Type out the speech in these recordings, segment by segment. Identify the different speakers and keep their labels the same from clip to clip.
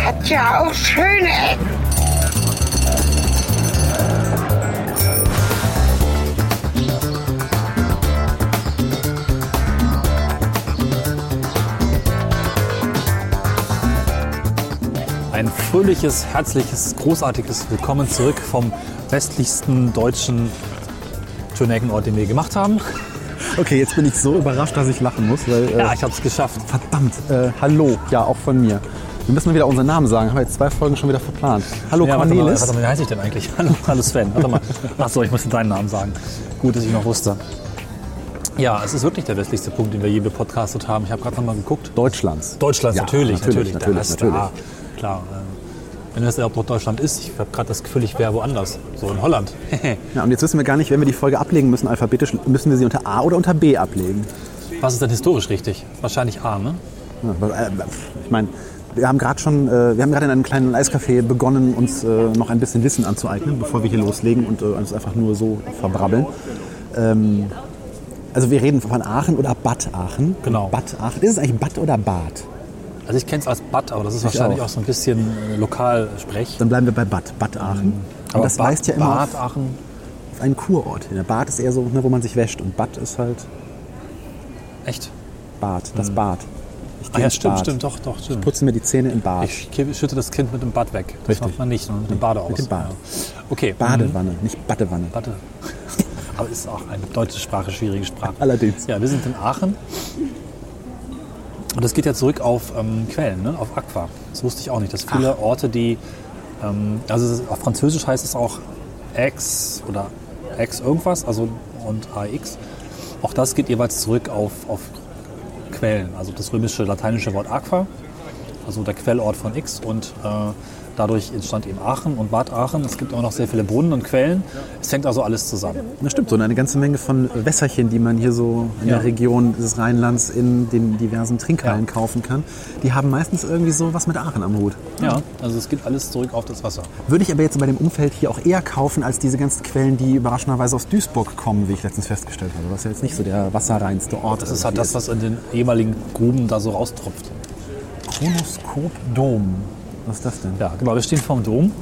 Speaker 1: hat ja auch schöne Ecken.
Speaker 2: Ein fröhliches, herzliches, großartiges Willkommen zurück vom westlichsten deutschen Schöneckenort, den wir gemacht haben.
Speaker 3: Okay, jetzt bin ich so überrascht, dass ich lachen muss, weil äh,
Speaker 2: Ja, ich habe es geschafft.
Speaker 3: verdammt, äh, hallo, ja, auch von mir. Wir müssen mal wieder unseren Namen sagen, haben wir jetzt zwei Folgen schon wieder verplant. Hallo
Speaker 2: Ja, warte mal,
Speaker 3: Cornelis.
Speaker 2: warte mal, wie heiße ich denn eigentlich? Hallo, hallo Sven. Warte mal. Achso, ich musste deinen Namen sagen. Gut, dass ich noch wusste. Ja, es ist wirklich der westlichste Punkt, den wir je podcastet haben. Ich habe gerade noch mal geguckt.
Speaker 3: Deutschlands.
Speaker 2: Deutschlands,
Speaker 3: Ja,
Speaker 2: natürlich, natürlich,
Speaker 3: natürlich,
Speaker 2: da
Speaker 3: natürlich,
Speaker 2: hast du-
Speaker 3: natürlich.
Speaker 2: ah, klar. äh, Wenn das überhaupt noch Deutschland ist, ich habe gerade das Gefühl, ich wäre woanders. So in Holland.
Speaker 3: Ja, und jetzt wissen wir gar nicht, wenn wir die Folge ablegen müssen, alphabetisch, müssen wir sie unter A oder unter B ablegen.
Speaker 2: Was ist denn historisch richtig? Wahrscheinlich A, ne?
Speaker 3: Ja, aber, äh, pf, ich meine, wir haben gerade schon, äh, wir haben gerade in einem kleinen Eiscafé begonnen, uns äh, noch ein bisschen Wissen anzueignen, bevor wir hier loslegen und äh, uns einfach nur so verbrabbeln. Ähm, also wir reden von Aachen oder Bad Aachen.
Speaker 2: Genau.
Speaker 3: Bad Aachen. Ist es eigentlich Bad oder Bad?
Speaker 2: Also ich kenne es als Bad, aber das ist wahrscheinlich auch.
Speaker 3: auch.
Speaker 2: so ein bisschen äh, Lokalsprech.
Speaker 3: Dann bleiben wir bei Bad. Bad Aachen.
Speaker 2: Mhm. Aber
Speaker 3: Und das
Speaker 2: Bad-
Speaker 3: weist ja immer
Speaker 2: Bad,
Speaker 3: auf,
Speaker 2: Aachen.
Speaker 3: auf einen Kurort hin. Der Bad ist eher so, ne, wo man sich wäscht und Bad ist halt
Speaker 2: Echt?
Speaker 3: Bad, das Bad. Ich
Speaker 2: Mhm. Ah,
Speaker 3: gehe
Speaker 2: ja,
Speaker 3: ins
Speaker 2: stimmt,
Speaker 3: Bad.
Speaker 2: stimmt, doch, doch, stimmt.
Speaker 3: Putze mir die Zähne im Bad.
Speaker 2: Ich ki- schütte das Kind mit dem Bad weg. Das
Speaker 3: Richtig.
Speaker 2: macht man nicht, sondern mit dem Bade aus.
Speaker 3: mit dem Bad.
Speaker 2: Ja. Okay. Mhm.
Speaker 3: Badewanne, nicht Badewanne.
Speaker 2: Bade. Aber ist auch eine deutsche Sprache, schwierige Sprache.
Speaker 3: Allerdings.
Speaker 2: Ja, wir sind in Aachen. Und das geht ja zurück auf ähm, Quellen, ne? auf Aqua. Das wusste ich auch nicht, dass viele Orte, die. Ähm, also es ist- auf Französisch heißt es auch Ex oder Ex irgendwas, also und AX. Auch das geht jeweils zurück auf, auf Quellen. Also das römische, lateinische Wort Aqua, also der Quellort von X. Und äh, dadurch entstand eben Aachen und Bad Aachen. Es gibt auch noch sehr viele Brunnen und Quellen. Es hängt also alles zusammen.
Speaker 3: Das stimmt, so eine ganze Menge von Wässerchen, die man hier so in
Speaker 2: Ja.
Speaker 3: der Region des Rheinlands in den diversen Trinkhallen
Speaker 2: Ja.
Speaker 3: kaufen kann. Die haben meistens irgendwie so was mit Aachen am Hut.
Speaker 2: Ja, also es geht alles zurück auf das Wasser.
Speaker 3: Würde ich aber jetzt bei dem Umfeld hier auch eher kaufen, als diese ganzen Quellen, die überraschenderweise aus Duisburg kommen, wie ich letztens festgestellt habe. Was ja jetzt nicht so der wasserreinste Ort
Speaker 2: Das ist halt das, was in den ehemaligen Gruben da so raustropft.
Speaker 3: Chronoskopdom. Was ist das denn?
Speaker 2: Ja, genau. Wir stehen vorm Dom,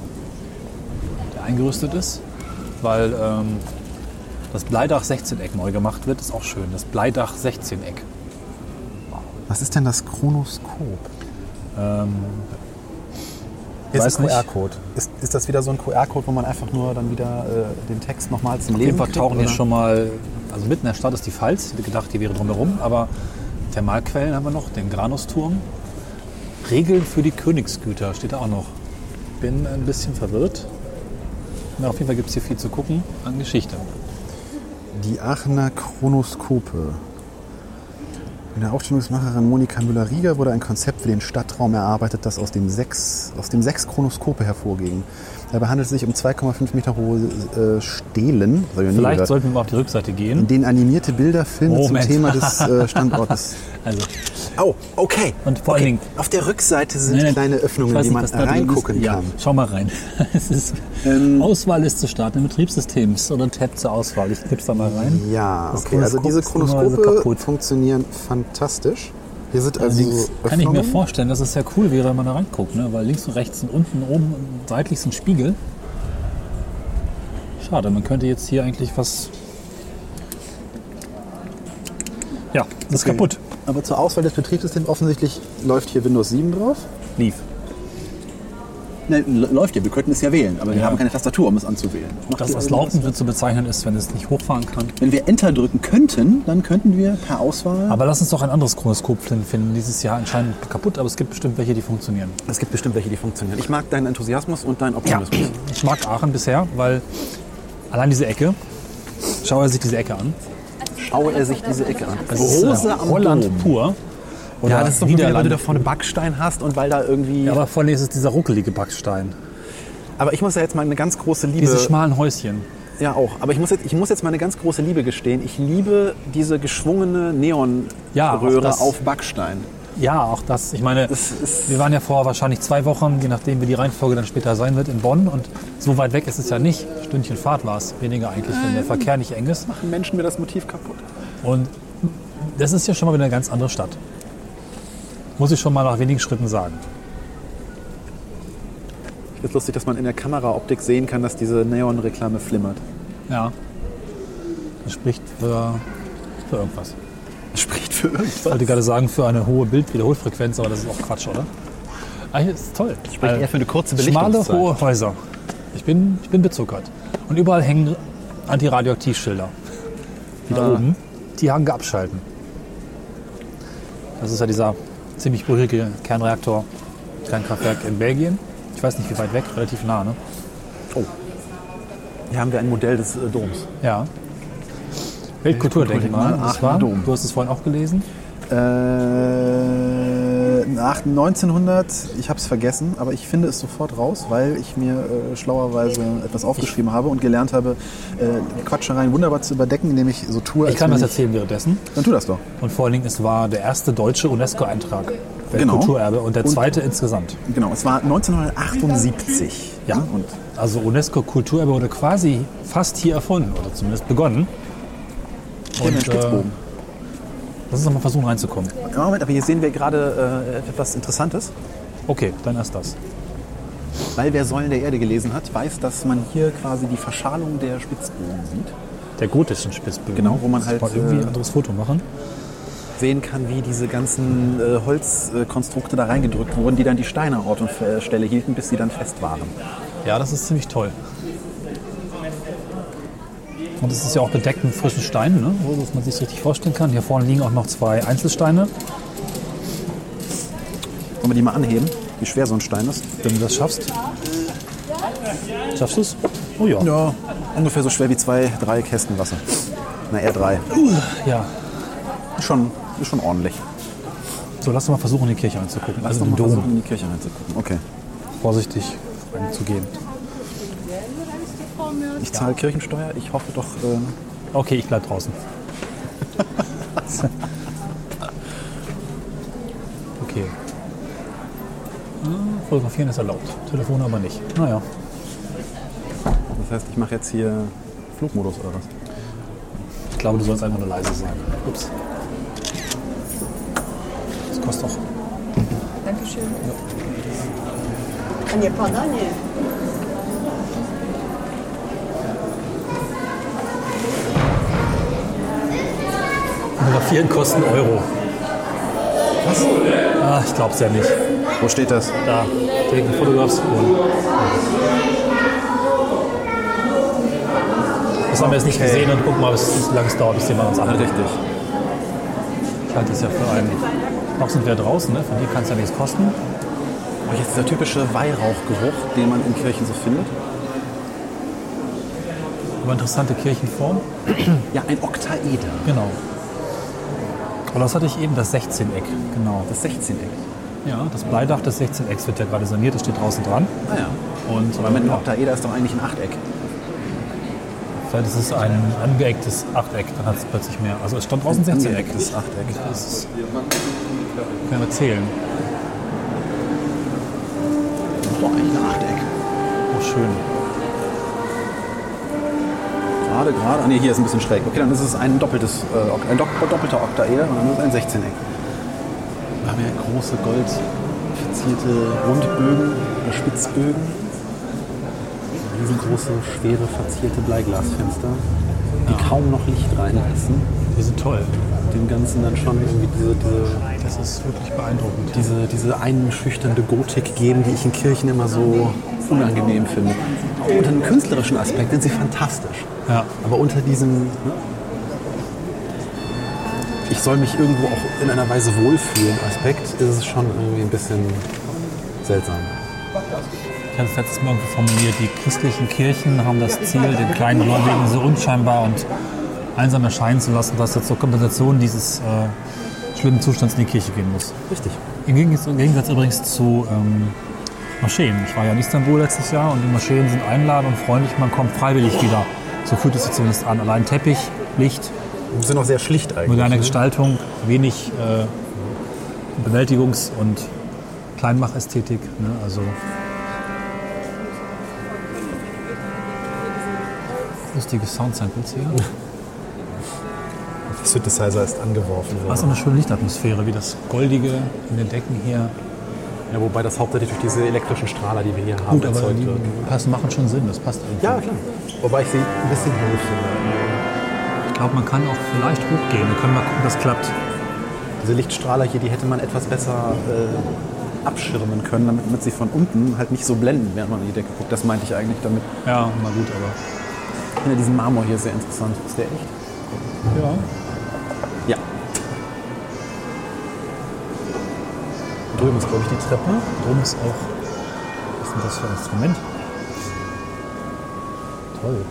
Speaker 2: der eingerüstet ist, weil ähm, das Bleidach 16-Eck neu gemacht wird. Ist auch schön. Das Bleidach 16-Eck.
Speaker 3: Was ist denn das Chronoskop?
Speaker 2: Ähm, Hier ist ein
Speaker 3: QR-Code. Ist, ist das wieder so ein QR-Code, wo man einfach nur dann wieder äh, den Text nochmal zum
Speaker 2: Auf jeden
Speaker 3: Leben
Speaker 2: Fall
Speaker 3: kriegt,
Speaker 2: tauchen hier
Speaker 3: oder?
Speaker 2: schon mal, also mitten in der Stadt ist die Pfalz. Ich hätte gedacht, die wäre drumherum, aber Thermalquellen haben wir noch, den Granusturm. Regeln für die Königsgüter steht da auch noch. Bin ein bisschen verwirrt. Na, auf jeden Fall gibt es hier viel zu gucken an Geschichte.
Speaker 3: Die Aachener Chronoskope. In der Aufstellungsmacherin Monika Müller-Rieger wurde ein Konzept für den Stadtraum erarbeitet, das aus dem sechs, aus dem sechs Chronoskope hervorging. Dabei handelt es sich um 2,5 Meter hohe äh, Stelen, das hab ich noch nie
Speaker 2: Vielleicht
Speaker 3: gehört,
Speaker 2: sollten wir mal auf die Rückseite
Speaker 3: in
Speaker 2: gehen.
Speaker 3: denen animierte Bilder, Filme
Speaker 2: Moment.
Speaker 3: zum Thema des äh, Standortes.
Speaker 2: Also,
Speaker 3: Oh, okay.
Speaker 2: Und vor allen Dingen-
Speaker 3: auf der Rückseite sind
Speaker 2: nein, nein,
Speaker 3: kleine
Speaker 2: ich
Speaker 3: Öffnungen,
Speaker 2: weiß
Speaker 3: die
Speaker 2: nicht,
Speaker 3: man
Speaker 2: was da drin
Speaker 3: reingucken
Speaker 2: ist. Ja,
Speaker 3: kann.
Speaker 2: schau mal rein. Es ist
Speaker 3: Ähm,
Speaker 2: Auswahlliste Start im Betriebssystems oder Tab zur Auswahl. Ich tipp's da mal rein.
Speaker 3: Ja,
Speaker 2: Das
Speaker 3: okay. Also
Speaker 2: Chronoskop
Speaker 3: diese
Speaker 2: ist dummerweise
Speaker 3: Chronoskope
Speaker 2: kaputt.
Speaker 3: funktionieren fantastisch. Hier sind also
Speaker 2: Allerdings
Speaker 3: so
Speaker 2: kann ich mir
Speaker 3: Öffnungen.
Speaker 2: vorstellen, dass es ja cool wäre, wenn man da reinguckt, ne? weil links und rechts und unten, oben, und seitlich sind Spiegel. Schade, man könnte jetzt hier eigentlich was. Ja, das ist
Speaker 3: Okay.
Speaker 2: kaputt.
Speaker 3: Aber zur Auswahl des Betriebssystems offensichtlich läuft hier Windows 7 drauf.
Speaker 2: Lief.
Speaker 3: Nein, läuft ja. Wir könnten es ja wählen, aber
Speaker 2: Ja. haben keine
Speaker 3: Tastatur, um es anzuwählen.
Speaker 2: Das, was laufend
Speaker 3: ne?
Speaker 2: wird zu bezeichnen ist, wenn es nicht hochfahren kann.
Speaker 3: Wenn wir Enter drücken könnten, dann könnten wir per Auswahl.
Speaker 2: Aber lass uns doch ein anderes Chronoskop finden. Dieses Jahr anscheinend kaputt, aber es gibt bestimmt welche, die funktionieren.
Speaker 3: Es gibt bestimmt welche, die funktionieren. Ich mag deinen Enthusiasmus und deinen
Speaker 2: Ja,
Speaker 3: Optimismus.
Speaker 2: ich mag Aachen bisher, weil allein diese Ecke, schau er sich diese Ecke an.
Speaker 3: Schaue er sich diese Ecke an.
Speaker 2: Das ist äh, Holland pur. Oder
Speaker 3: Ja, das ist doch nur wieder, weil du
Speaker 2: Niederlande
Speaker 3: da vorne Backstein hast und weil da irgendwie.
Speaker 2: Ja, aber vorne ist es dieser ruckelige Backstein.
Speaker 3: aber ich muss ja jetzt mal eine ganz große Liebe.
Speaker 2: Diese schmalen Häuschen.
Speaker 3: Ja, auch. Aber ich muss jetzt, ich muss jetzt mal eine ganz große Liebe gestehen. Ich liebe diese geschwungene
Speaker 2: Ja, auch
Speaker 3: Neonröhre
Speaker 2: das-
Speaker 3: auf Backstein.
Speaker 2: Ja, auch das. Ich meine,
Speaker 3: Das ist-
Speaker 2: wir waren ja vor wahrscheinlich zwei Wochen, je nachdem wie die Reihenfolge dann später sein wird, in Bonn. Und so weit weg ist es ja nicht. Stündchen Fahrt war es. Weniger eigentlich, wenn
Speaker 3: Ähm.
Speaker 2: der Verkehr nicht eng ist.
Speaker 3: Machen Menschen mir das Motiv kaputt?
Speaker 2: Und das ist ja schon mal wieder eine ganz andere Stadt. Muss ich schon mal nach wenigen Schritten sagen.
Speaker 3: ist lustig, dass man in der Kameraoptik sehen kann, dass diese Neon-Reklame flimmert.
Speaker 2: Ja. Das spricht für, für irgendwas.
Speaker 3: Das spricht für
Speaker 2: Ich
Speaker 3: irgendwas.
Speaker 2: wollte gerade sagen, für eine hohe Bildwiederholfrequenz, aber das ist auch Quatsch, oder? Ah, hier ist toll.
Speaker 3: Spricht eher für eine kurze
Speaker 2: Schmale,
Speaker 3: Belichtungszeit.
Speaker 2: hohe Häuser. Ich bin, ich bin bezuckert. Und überall hängen Anti-Radioaktiv-Schilder. Die da
Speaker 3: Ah.
Speaker 2: oben, die Hange abschalten. Das ist ja dieser ziemlich brüchige Kernreaktor, Kernkraftwerk in Belgien. Ich weiß nicht, wie weit weg, relativ nah, ne?
Speaker 3: Oh. Hier haben wir ein Modell des äh, Doms.
Speaker 2: Ja. Weltkulturdenkmal,
Speaker 3: Weltkulturdenkmal,
Speaker 2: das war.
Speaker 3: Aachener Dom.
Speaker 2: Du hast es vorhin auch gelesen.
Speaker 3: Äh, nach 1900, ich habe es vergessen, aber ich finde es sofort raus, weil ich mir äh, schlauerweise etwas aufgeschrieben habe und gelernt habe, äh, Quatschereien wunderbar zu überdecken, indem ich so tue,
Speaker 2: Ich kann
Speaker 3: wenn
Speaker 2: das erzählen währenddessen.
Speaker 3: Dann tu das doch.
Speaker 2: Und vor allen Dingen, es war der erste deutsche UNESCO-Eintrag. Weltkulturerbe Genau. und der
Speaker 3: Und-
Speaker 2: zweite insgesamt.
Speaker 3: Genau, es war 1978.
Speaker 2: Ja.
Speaker 3: ne? Und
Speaker 2: Also UNESCO-Kulturerbe wurde quasi fast hier erfunden oder zumindest begonnen.
Speaker 3: hier haben wir
Speaker 2: Und,
Speaker 3: einen
Speaker 2: äh,
Speaker 3: Spitzbogen.
Speaker 2: lass uns noch mal versuchen reinzukommen.
Speaker 3: Ja, Moment, aber hier sehen wir gerade äh, etwas Interessantes.
Speaker 2: Okay, dann erst das.
Speaker 3: Weil wer Säulen der Erde gelesen hat, weiß, dass man hier quasi die Verschalung der Spitzbogen sieht.
Speaker 2: Der gotischen Spitzbögen.
Speaker 3: Genau, wo man
Speaker 2: Muss ich
Speaker 3: halt,
Speaker 2: mal irgendwie ein
Speaker 3: äh,
Speaker 2: anderes Foto machen.
Speaker 3: Sehen kann, wie diese ganzen äh, Holzkonstrukte da reingedrückt wurden, die dann die Steine Ort und äh, Stelle hielten, bis sie dann fest waren.
Speaker 2: Ja, das ist ziemlich toll. Und es ist ja auch bedeckt mit frischen Steinen, ne? so dass man sich richtig vorstellen kann. Hier vorne liegen auch noch zwei Einzelsteine.
Speaker 3: Wollen wir die mal anheben, wie schwer so ein Stein ist?
Speaker 2: Wenn du das schaffst. Schaffst du es? Oh ja.
Speaker 3: Ja, ungefähr so schwer wie zwei, drei Kästen Wasser. Na, eher drei.
Speaker 2: ja.
Speaker 3: Ist Uh, schon, ist schon ordentlich.
Speaker 2: So, lass uns mal versuchen, in die Kirche einzugucken.
Speaker 3: Lass
Speaker 2: also
Speaker 3: doch
Speaker 2: in
Speaker 3: mal
Speaker 2: den Dom.
Speaker 3: versuchen, in die Kirche reinzugucken. Okay.
Speaker 2: Vorsichtig reinzugehen.
Speaker 3: Ich zahle Kirchensteuer. Ich hoffe doch, äh,
Speaker 2: Okay, ich bleib draußen. okay. Hm, Fotografieren ist erlaubt, Telefon aber nicht. Naja,
Speaker 3: das heißt, ich mache jetzt hier Flugmodus oder was?
Speaker 2: ich glaube, du sollst einfach nur leise sein. Ups. Das kostet auch.
Speaker 4: Dankeschön. A nie pada? Nie.
Speaker 2: Fotografieren kosten Euro. Was? Ah, ich glaub's ja nicht.
Speaker 3: Wo steht das?
Speaker 2: Da, wegen Fotografs. Das haben wir jetzt nicht
Speaker 3: Okay.
Speaker 2: gesehen und gucken mal, bis- wie lange es dauert, bis jemand uns anruft.
Speaker 3: Ah, richtig.
Speaker 2: Ich halte es ja für einen. Noch sind wir draußen, ne? von dir kann es ja nichts kosten.
Speaker 3: Und Oh, jetzt dieser typische Weihrauchgeruch, den man in Kirchen so findet.
Speaker 2: Aber interessante Kirchenform.
Speaker 3: Ja, ein Oktaeder.
Speaker 2: Genau. Und das hatte ich eben, das 16-Eck. Genau.
Speaker 3: Das 16-Eck.
Speaker 2: Ja, das Bleidach des 16-Ecks wird ja gerade saniert, das steht draußen dran.
Speaker 3: Ah ja.
Speaker 2: Und
Speaker 3: Aber mit einem
Speaker 2: ja,
Speaker 3: Oktaeder ist doch eigentlich ein Achteck.
Speaker 2: vielleicht ist es ein angeecktes Achteck, dann hat es plötzlich mehr. Also es stand draußen 16-Eck.
Speaker 3: Angeecktes Achteck.
Speaker 2: Das ist- können wir zählen.
Speaker 3: Das ist doch eigentlich ein Achteck.
Speaker 2: Oh, schön.
Speaker 3: Gerade, gerade. Ah nee, hier ist ein bisschen schräg. Okay, dann ist es ein doppeltes, äh, Ok- ein dop- doppelter Oktaeder und dann ist es ein 16-Eck. Wir haben ja große gold verzierte Rundbögen oder Spitzbögen. Riesengroße, schwere, verzierte Bleiglasfenster, die kaum noch Licht reinlassen.
Speaker 2: Die sind toll.
Speaker 3: Dem Ganzen dann schon irgendwie diese, diese
Speaker 2: Das ist wirklich beeindruckend.
Speaker 3: diese, diese einschüchternde Gotik geben, die ich in Kirchen immer so unangenehm finde. Auch unter einem künstlerischen Aspekt sind sie fantastisch.
Speaker 2: Ja.
Speaker 3: Aber unter diesem, ne? ich soll mich irgendwo auch in einer Weise wohlfühlen Aspekt, ist es schon irgendwie ein bisschen seltsam.
Speaker 2: Ich habe es letztes Mal irgendwie formuliert, die christlichen Kirchen haben das Ziel, den kleinen Gläubigen so unscheinbar und einsam erscheinen zu lassen, dass er zur Kompensation dieses äh, schlimmen Zustands in die Kirche gehen muss.
Speaker 3: Richtig.
Speaker 2: Im Gegensatz, im Gegensatz übrigens zu ähm, Moscheen. Ich war ja in Istanbul letztes Jahr und die Moscheen sind einladend und freundlich, man kommt freiwillig wieder. So fühlt es sich zumindest an. Allein Teppich, Licht,
Speaker 3: Sie sind auch sehr schlicht eigentlich.
Speaker 2: moderne Gestaltung, wenig äh, Bewältigungs- und Kleinmachästhetik. Ne? Also lustige Soundsamples hier.
Speaker 3: Der Synthesizer ist angeworfen
Speaker 2: Was auch eine schöne Lichtatmosphäre, wie das goldige in den Decken hier
Speaker 5: Ja, wobei das hauptsächlich durch diese elektrischen Strahler, die wir hier haben,
Speaker 2: Gut, aber die passen, machen schon Sinn, das passt irgendwie.
Speaker 5: Ja, klar. Wobei ich sie ein bisschen hell finde.
Speaker 2: Ich glaube, man kann auch vielleicht hochgehen. Wir können mal gucken, ob das klappt.
Speaker 5: Diese Lichtstrahler hier, die hätte man etwas besser äh, abschirmen können, damit, damit sie von unten halt nicht so blenden, während man in die Decke guckt. Das meinte ich eigentlich damit.
Speaker 2: Ja, na gut, aber.
Speaker 5: Ich finde diesen Marmor hier sehr interessant. Ist der echt?
Speaker 2: Ja.
Speaker 5: Ja. Drüben ist, glaube ich, die Treppe.
Speaker 2: Drum ist auch. Was ist denn das für ein Instrument? Toll.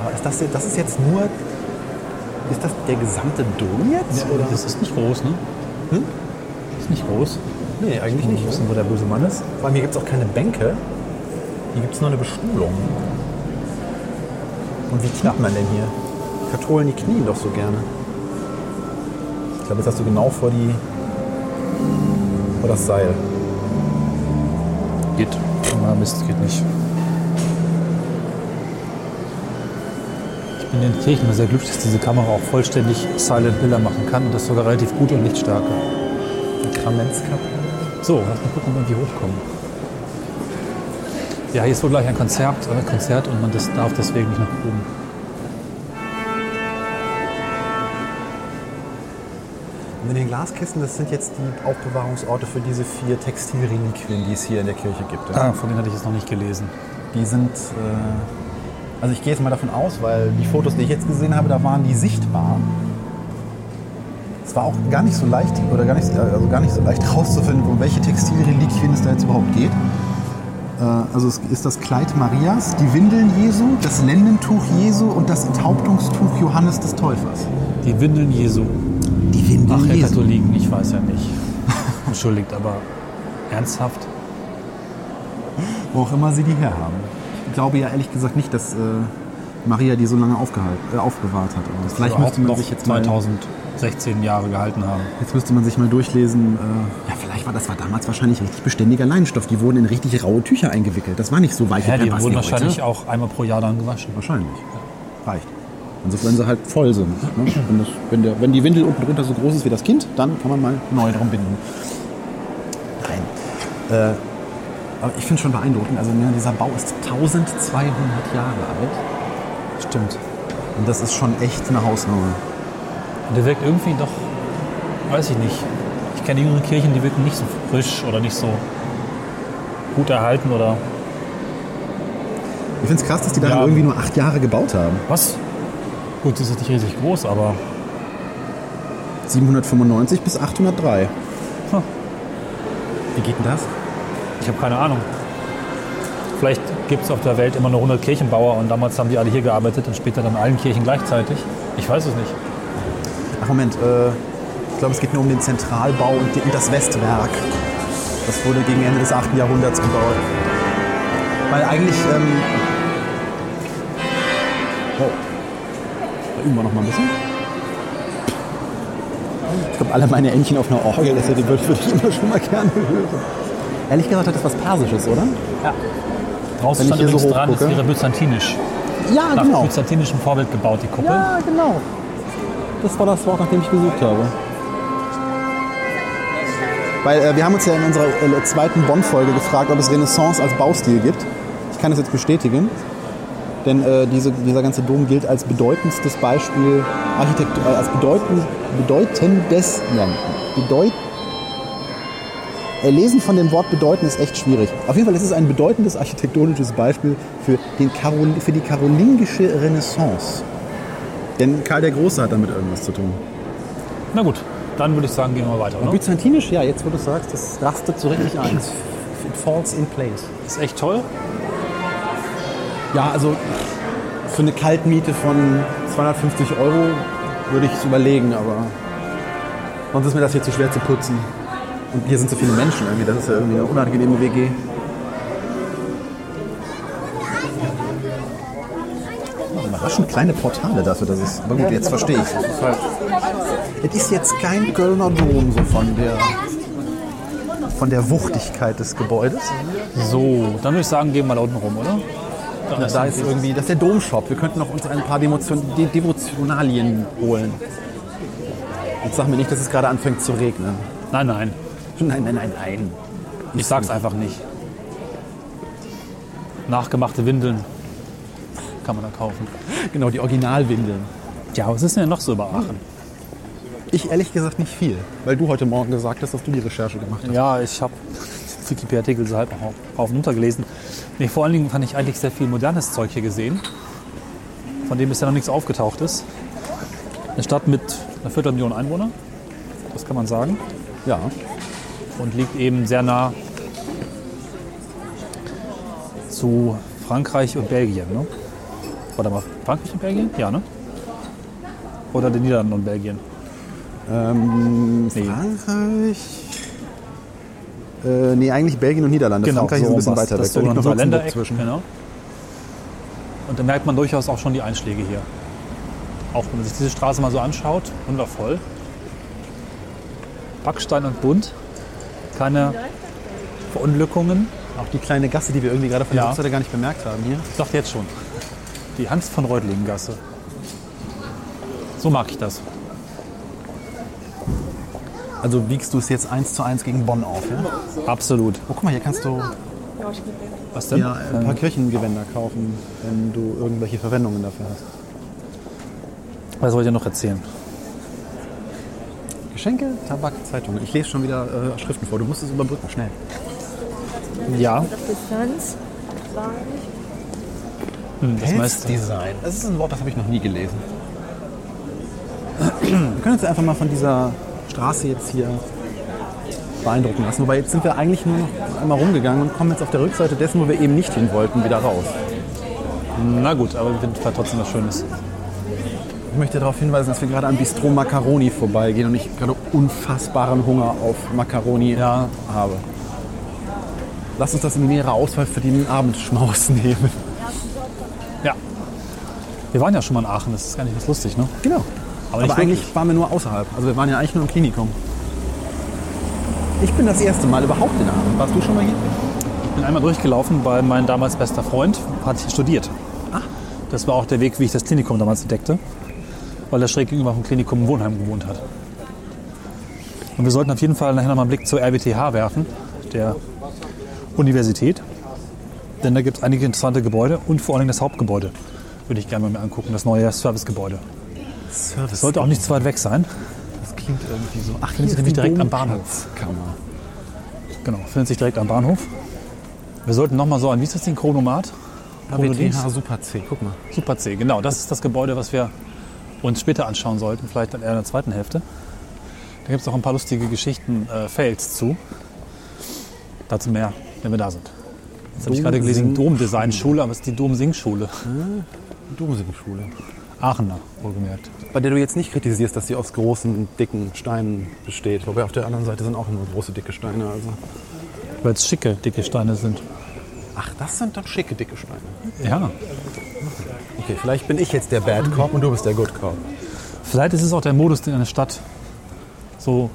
Speaker 5: Aber ist das, jetzt- das ist jetzt nur. Ist das der gesamte Dom jetzt?
Speaker 2: Ja, das ist nicht groß, ne?
Speaker 5: Hm?
Speaker 2: Ist nicht groß.
Speaker 5: Nee, eigentlich nicht.
Speaker 2: Wir wissen, wo der böse Mann ist.
Speaker 5: Vor allem hier gibt es auch keine Bänke. Hier gibt es nur eine Bestuhlung. Und wie knapp man denn hier? Katholen, die knien doch so gerne. Ich glaube, jetzt hast du genau vor die. vor das Seil. Ah,
Speaker 2: Geht. Na, Mist, geht nicht. Ich bin in den Kirchen immer sehr glücklich, dass diese Kamera auch vollständig Silent Bilder machen kann und das sogar relativ gut und lichtstarke.
Speaker 5: Die Kramenzkapelle.
Speaker 2: So, lass mal gucken, ob wir irgendwie hochkommen. Ja, hier ist wohl gleich ein Konzert, äh, Konzert und man das darf deswegen nicht nach oben.
Speaker 5: Und mit den Glaskisten, das sind jetzt die Aufbewahrungsorte für diese vier Textilreliquien, die es hier in der Kirche gibt.
Speaker 2: Ah, von denen hatte ich jetzt noch nicht gelesen.
Speaker 5: Die sind. Äh, also ich gehe jetzt mal davon aus, weil die Fotos, die ich jetzt gesehen habe, da waren die sichtbar. Es war auch gar nicht so leicht oder gar nicht, also gar nicht so leicht rauszufinden, um welche Textilreliquien es da jetzt überhaupt geht.
Speaker 3: Äh, Also es ist das Kleid Marias, die Windeln Jesu, das Lendentuch Jesu und das Enthauptungstuch Johannes des Täufers.
Speaker 2: Die Windeln Jesu.
Speaker 3: Die Windeln
Speaker 2: Ach, ihr Katholiken, ich weiß ja nicht. Entschuldigt, aber ernsthaft?
Speaker 3: Ah, Wo auch immer sie die herhaben. Ich glaube ja ehrlich gesagt nicht, dass äh, Maria die so lange aufgehalten, äh, aufbewahrt hat. Aber vielleicht
Speaker 2: Überhaupt
Speaker 3: müsste man
Speaker 2: noch
Speaker 3: sich jetzt mal
Speaker 2: 2016 Jahre gehalten haben.
Speaker 3: Jetzt müsste man sich mal durchlesen. Äh, ja, vielleicht war das war damals wahrscheinlich richtig beständiger Leinstoff. Die wurden in richtig raue Tücher eingewickelt. Das war nicht so weich
Speaker 2: Ja, die wurden wahrscheinlich auch einmal pro Jahr dann gewaschen.
Speaker 3: Wahrscheinlich. Reicht. Also wenn sie halt voll sind. Ne? Wenn, das, wenn, der, wenn die Windel unten drunter so groß ist wie das Kind, dann kann man mal neu drum binden. Nein. Äh, aber ich finde schon beeindruckend. Also ne, dieser Bau ist 1200 Jahre alt.
Speaker 2: Stimmt.
Speaker 3: Und das ist schon echt eine Hausnummer.
Speaker 2: Und der wirkt irgendwie doch, weiß ich nicht. Ich kenne jüngere Kirchen, die wirken nicht so frisch oder nicht so gut erhalten oder
Speaker 3: Ich finde es krass, dass die daran
Speaker 2: Ja.
Speaker 3: irgendwie nur acht Jahre gebaut haben.
Speaker 2: was? Gut, das ist nicht riesig groß, aber
Speaker 3: 795 bis 803.
Speaker 5: Wie geht denn das?
Speaker 2: ich habe keine Ahnung. Vielleicht gibt es auf der Welt immer nur 100 Kirchenbauer und damals haben die alle hier gearbeitet und später dann in allen Kirchen gleichzeitig. Ich weiß es nicht.
Speaker 3: Ach Moment, äh, ich glaube, es geht nur um den Zentralbau und die- und das Westwerk. Das wurde gegen Ende des 8. Jahrhunderts gebaut. Weil eigentlich. Ähm oh. Da üben wir noch mal ein bisschen. Ich glaube, alle meine Entchen auf einer Orgel, das hätte würde ich immer schon mal gerne hören. Ehrlich gesagt hat das was Persisches, oder?
Speaker 2: Draußen
Speaker 3: Wenn ich
Speaker 2: stand
Speaker 3: hier so
Speaker 2: übrigens dran, es
Speaker 3: hochgucke.
Speaker 2: wäre byzantinisch.
Speaker 3: Ja,
Speaker 2: Nach
Speaker 5: genau.
Speaker 2: byzantinischem Vorbild gebaut, die Kuppel.
Speaker 3: Ja, genau. Das war das Wort, nach dem ich gesucht habe. Weil äh, wir haben uns ja in unserer äh, zweiten Bonn-Folge gefragt, ob es Renaissance als Baustil gibt. Ich kann das jetzt bestätigen. Denn äh, diese, dieser ganze Dom gilt als bedeutendstes Beispiel Architektur, äh, als bedeuten, bedeutendes, nein, bedeut, äh, Lesen von dem Wort bedeuten ist echt schwierig. Auf jeden Fall ist es ein bedeutendes architektonisches Beispiel für, den Karol, für die karolingische Renaissance. Denn Karl der Große hat damit irgendwas zu tun.
Speaker 2: Na gut, dann würde ich sagen, gehen wir weiter. Oder?
Speaker 3: Byzantinisch, ja, jetzt wo du sagst, das rastet so richtig ein.
Speaker 5: It falls in place.
Speaker 2: Ist echt toll.
Speaker 3: Ja, also für eine Kaltmiete von 250 Euro würde ich es überlegen, aber sonst ist mir das hier zu schwer zu putzen. Und hier sind so viele Menschen irgendwie, das ist ja irgendwie eine unangenehme WG. Überraschend kleine Portale dafür, dass es. Aber gut, jetzt verstehe ich. Es ist jetzt kein Kölner Dom so von der von der Wuchtigkeit des Gebäudes.
Speaker 2: So, dann würde ich sagen, gehen wir mal da unten rum, oder?
Speaker 3: Na, da ist irgendwie, das ist der Domshop. Wir könnten noch uns ein paar Demotion, De Devotionalien holen. Jetzt sag mir nicht, dass es gerade anfängt zu regnen.
Speaker 2: Nein, nein.
Speaker 3: Nein, nein, nein, nein.
Speaker 2: Ich sag's einfach nicht. Nachgemachte Windeln kann man da kaufen.
Speaker 3: Genau, die Originalwindeln.
Speaker 2: Ja, was ist denn noch so über Aachen?
Speaker 3: Ich ehrlich gesagt nicht viel, weil du heute Morgen gesagt hast, dass du die Recherche gemacht hast.
Speaker 2: Ja, ich habe Wikipedia-Artikel so halb auf- auf und runter gelesen. Nee, vor allen Dingen fand ich eigentlich sehr viel modernes Zeug hier gesehen, von dem bisher noch nichts aufgetaucht ist. Eine Stadt mit einer Viertelmillion Einwohner, das kann man sagen,
Speaker 3: Ja.
Speaker 2: und liegt eben sehr nah zu Frankreich und Belgien. Ne? Warte mal, Frankreich und Belgien? Ja, ne? Oder den Niederlanden und Belgien?
Speaker 3: Ähm,
Speaker 2: Nee.
Speaker 3: Frankreich. Äh, nee, eigentlich Belgien und Niederlande. Frankreich ist ein
Speaker 2: rum
Speaker 3: bisschen
Speaker 2: was.
Speaker 3: weiter
Speaker 2: das
Speaker 3: weg.
Speaker 2: ist
Speaker 3: Da
Speaker 2: Genau, So
Speaker 3: liegt
Speaker 2: unser
Speaker 3: noch Luxemburg
Speaker 2: Ländereck.
Speaker 3: zwischen.
Speaker 2: Genau. Und da merkt man durchaus auch schon die Einschläge hier. Auch wenn man sich diese Straße mal so anschaut, wundervoll. Backstein und bunt, keine Verunglückungen.
Speaker 3: Auch die kleine Gasse, die wir irgendwie gerade von
Speaker 2: Ja.
Speaker 3: der Rückseite gar nicht bemerkt haben hier.
Speaker 2: Ich dachte jetzt schon, die Hans von Reutlingen-Gasse. So mag ich das.
Speaker 3: Also wiegst du es jetzt eins zu eins gegen Bonn auf, ja?
Speaker 2: Absolut.
Speaker 3: Oh, guck mal, hier kannst du
Speaker 2: Was denn?
Speaker 3: ja, äh, ein paar Kirchengewänder kaufen, wenn du irgendwelche Verwendungen dafür hast.
Speaker 2: Was wollt ihr noch erzählen?
Speaker 3: Geschenke, Tabak, Zeitungen. Ich lese schon wieder äh, Schriften vor. Du musst es überbrücken, schnell.
Speaker 2: Ja,
Speaker 6: Distanz.
Speaker 2: hm, das meiste.
Speaker 3: Pelzdesign. Das ist ein Wort, das habe ich noch nie gelesen. Wir können uns einfach mal von dieser Straße jetzt hier beeindrucken lassen. Wobei jetzt sind wir eigentlich nur noch einmal rumgegangen und kommen jetzt auf der Rückseite dessen, wo wir eben nicht hin wollten, wieder raus.
Speaker 2: Na gut, aber wir finden trotzdem was Schönes.
Speaker 3: Ich möchte darauf hinweisen, dass wir gerade an Bistro Macaroni vorbeigehen und ich gerade unfassbaren Hunger auf Macaroni
Speaker 2: Ja.
Speaker 3: habe. Lass uns das in die nähere Auswahl für den Abendschmaus nehmen.
Speaker 2: Ja. Wir waren ja schon mal in Aachen, das ist gar nicht was lustig, ne?
Speaker 3: Genau.
Speaker 2: Aber
Speaker 3: Aber,
Speaker 2: nicht
Speaker 3: eigentlich
Speaker 2: wirklich.
Speaker 3: waren wir nur außerhalb. Also wir waren ja eigentlich nur im Klinikum. Ich bin das erste Mal überhaupt in Aachen. Warst du schon mal hier?
Speaker 2: Ich bin einmal durchgelaufen bei meinem damals bester Freund, hat hier studiert.
Speaker 3: Ah.
Speaker 2: Das war auch der Weg, wie ich das Klinikum damals entdeckte, weil er schräg gegenüber vom Klinikum im Wohnheim gewohnt hat. Und wir sollten auf jeden Fall nachher nochmal einen Blick zur RWTH werfen, der Universität. Denn da gibt es einige interessante Gebäude und vor allem das Hauptgebäude würde ich gerne mal mir angucken, das neue Servicegebäude.
Speaker 3: Service.
Speaker 2: Sollte auch nicht zu weit weg sein.
Speaker 3: Das klingt irgendwie so. Ach,
Speaker 2: Hier sind nämlich direkt am Bahnhof.
Speaker 3: Platzkammer.
Speaker 2: Genau, findet sich direkt am Bahnhof. Wir sollten nochmal so an, wie ist das Ding, Chronomat? Chronodings?
Speaker 3: HWTH Ah, Super C. Guck mal.
Speaker 2: Super C, genau. Das ist das Gebäude, was wir uns später anschauen sollten, vielleicht dann eher in der zweiten Hälfte. Da gibt es auch ein paar lustige Geschichten, äh, Fails zu. Dazu mehr, wenn wir da sind. Jetzt habe ich gerade gelesen, Dom-Design-Schule, aber es ist die Dom-Sing-Schule.
Speaker 3: Domsingschule.
Speaker 2: Aachener, wohlgemerkt.
Speaker 3: Bei der du jetzt nicht kritisierst, dass sie aus großen, dicken Steinen besteht. Wobei auf der anderen Seite sind auch nur große, dicke Steine. Also.
Speaker 2: Weil es schicke, dicke Steine sind.
Speaker 3: Ach, das sind dann schicke, dicke Steine.
Speaker 2: Ja,
Speaker 3: Okay, vielleicht bin ich jetzt der Bad Cop und du bist der Good Cop.
Speaker 2: vielleicht ist es auch der Modus, den eine Stadt so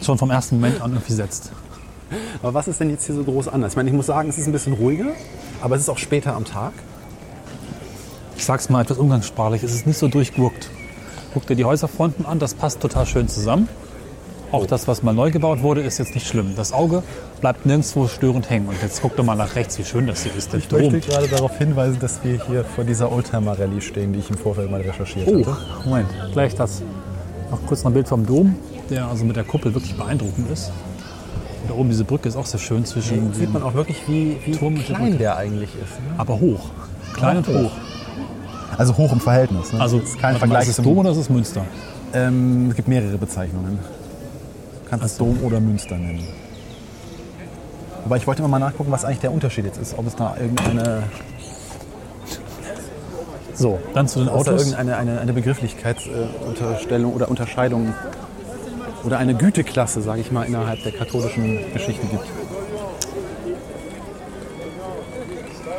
Speaker 2: schon vom ersten Moment an irgendwie setzt.
Speaker 3: Aber was ist denn jetzt hier so groß anders? Ich meine, ich muss sagen, es ist ein bisschen ruhiger, aber es ist auch später am Tag.
Speaker 2: ich sag's mal etwas umgangssprachlich, es ist nicht so durchgewuckt. Guck dir die Häuserfronten an, das passt total schön zusammen. Auch das, was mal neu gebaut wurde, ist jetzt nicht schlimm. Das Auge bleibt nirgendwo störend hängen. Und jetzt guck doch mal nach rechts, wie schön das hier ist, der
Speaker 3: Ich
Speaker 2: Dom.
Speaker 3: möchte gerade darauf hinweisen, dass wir hier vor dieser Oldtimer-Rallye stehen, die ich im Vorfeld mal recherchiert
Speaker 2: Oh,
Speaker 3: hatte.
Speaker 2: Moment, gleich das. Noch kurz noch ein Bild vom Dom, der also mit der Kuppel wirklich beeindruckend ist. Und da oben diese Brücke ist auch sehr schön zwischen,
Speaker 3: Dann sieht man auch wirklich, wie, wie
Speaker 2: Turm mit der Brücke.
Speaker 3: klein der eigentlich ist. Ne?
Speaker 2: aber hoch. Klein und hoch.
Speaker 3: Also hoch im Verhältnis. Ne?
Speaker 2: Also
Speaker 3: Das ist
Speaker 2: warte
Speaker 3: kein
Speaker 2: mal,
Speaker 3: Vergleich
Speaker 2: Ist es
Speaker 3: zum
Speaker 2: Dom oder ist es Münster?
Speaker 3: Ähm, es gibt mehrere Bezeichnungen. Du kannst es Dom oder Münster nennen. Aber ich wollte immer mal nachgucken, was eigentlich der Unterschied jetzt ist. Ob es da irgendeine,
Speaker 2: So, dann zu den
Speaker 3: ob es da
Speaker 2: Autos.
Speaker 3: irgendeine eine, eine Begrifflichkeitsunterstellung oder Unterscheidung oder eine Güteklasse, sage ich mal, innerhalb der katholischen Geschichte gibt.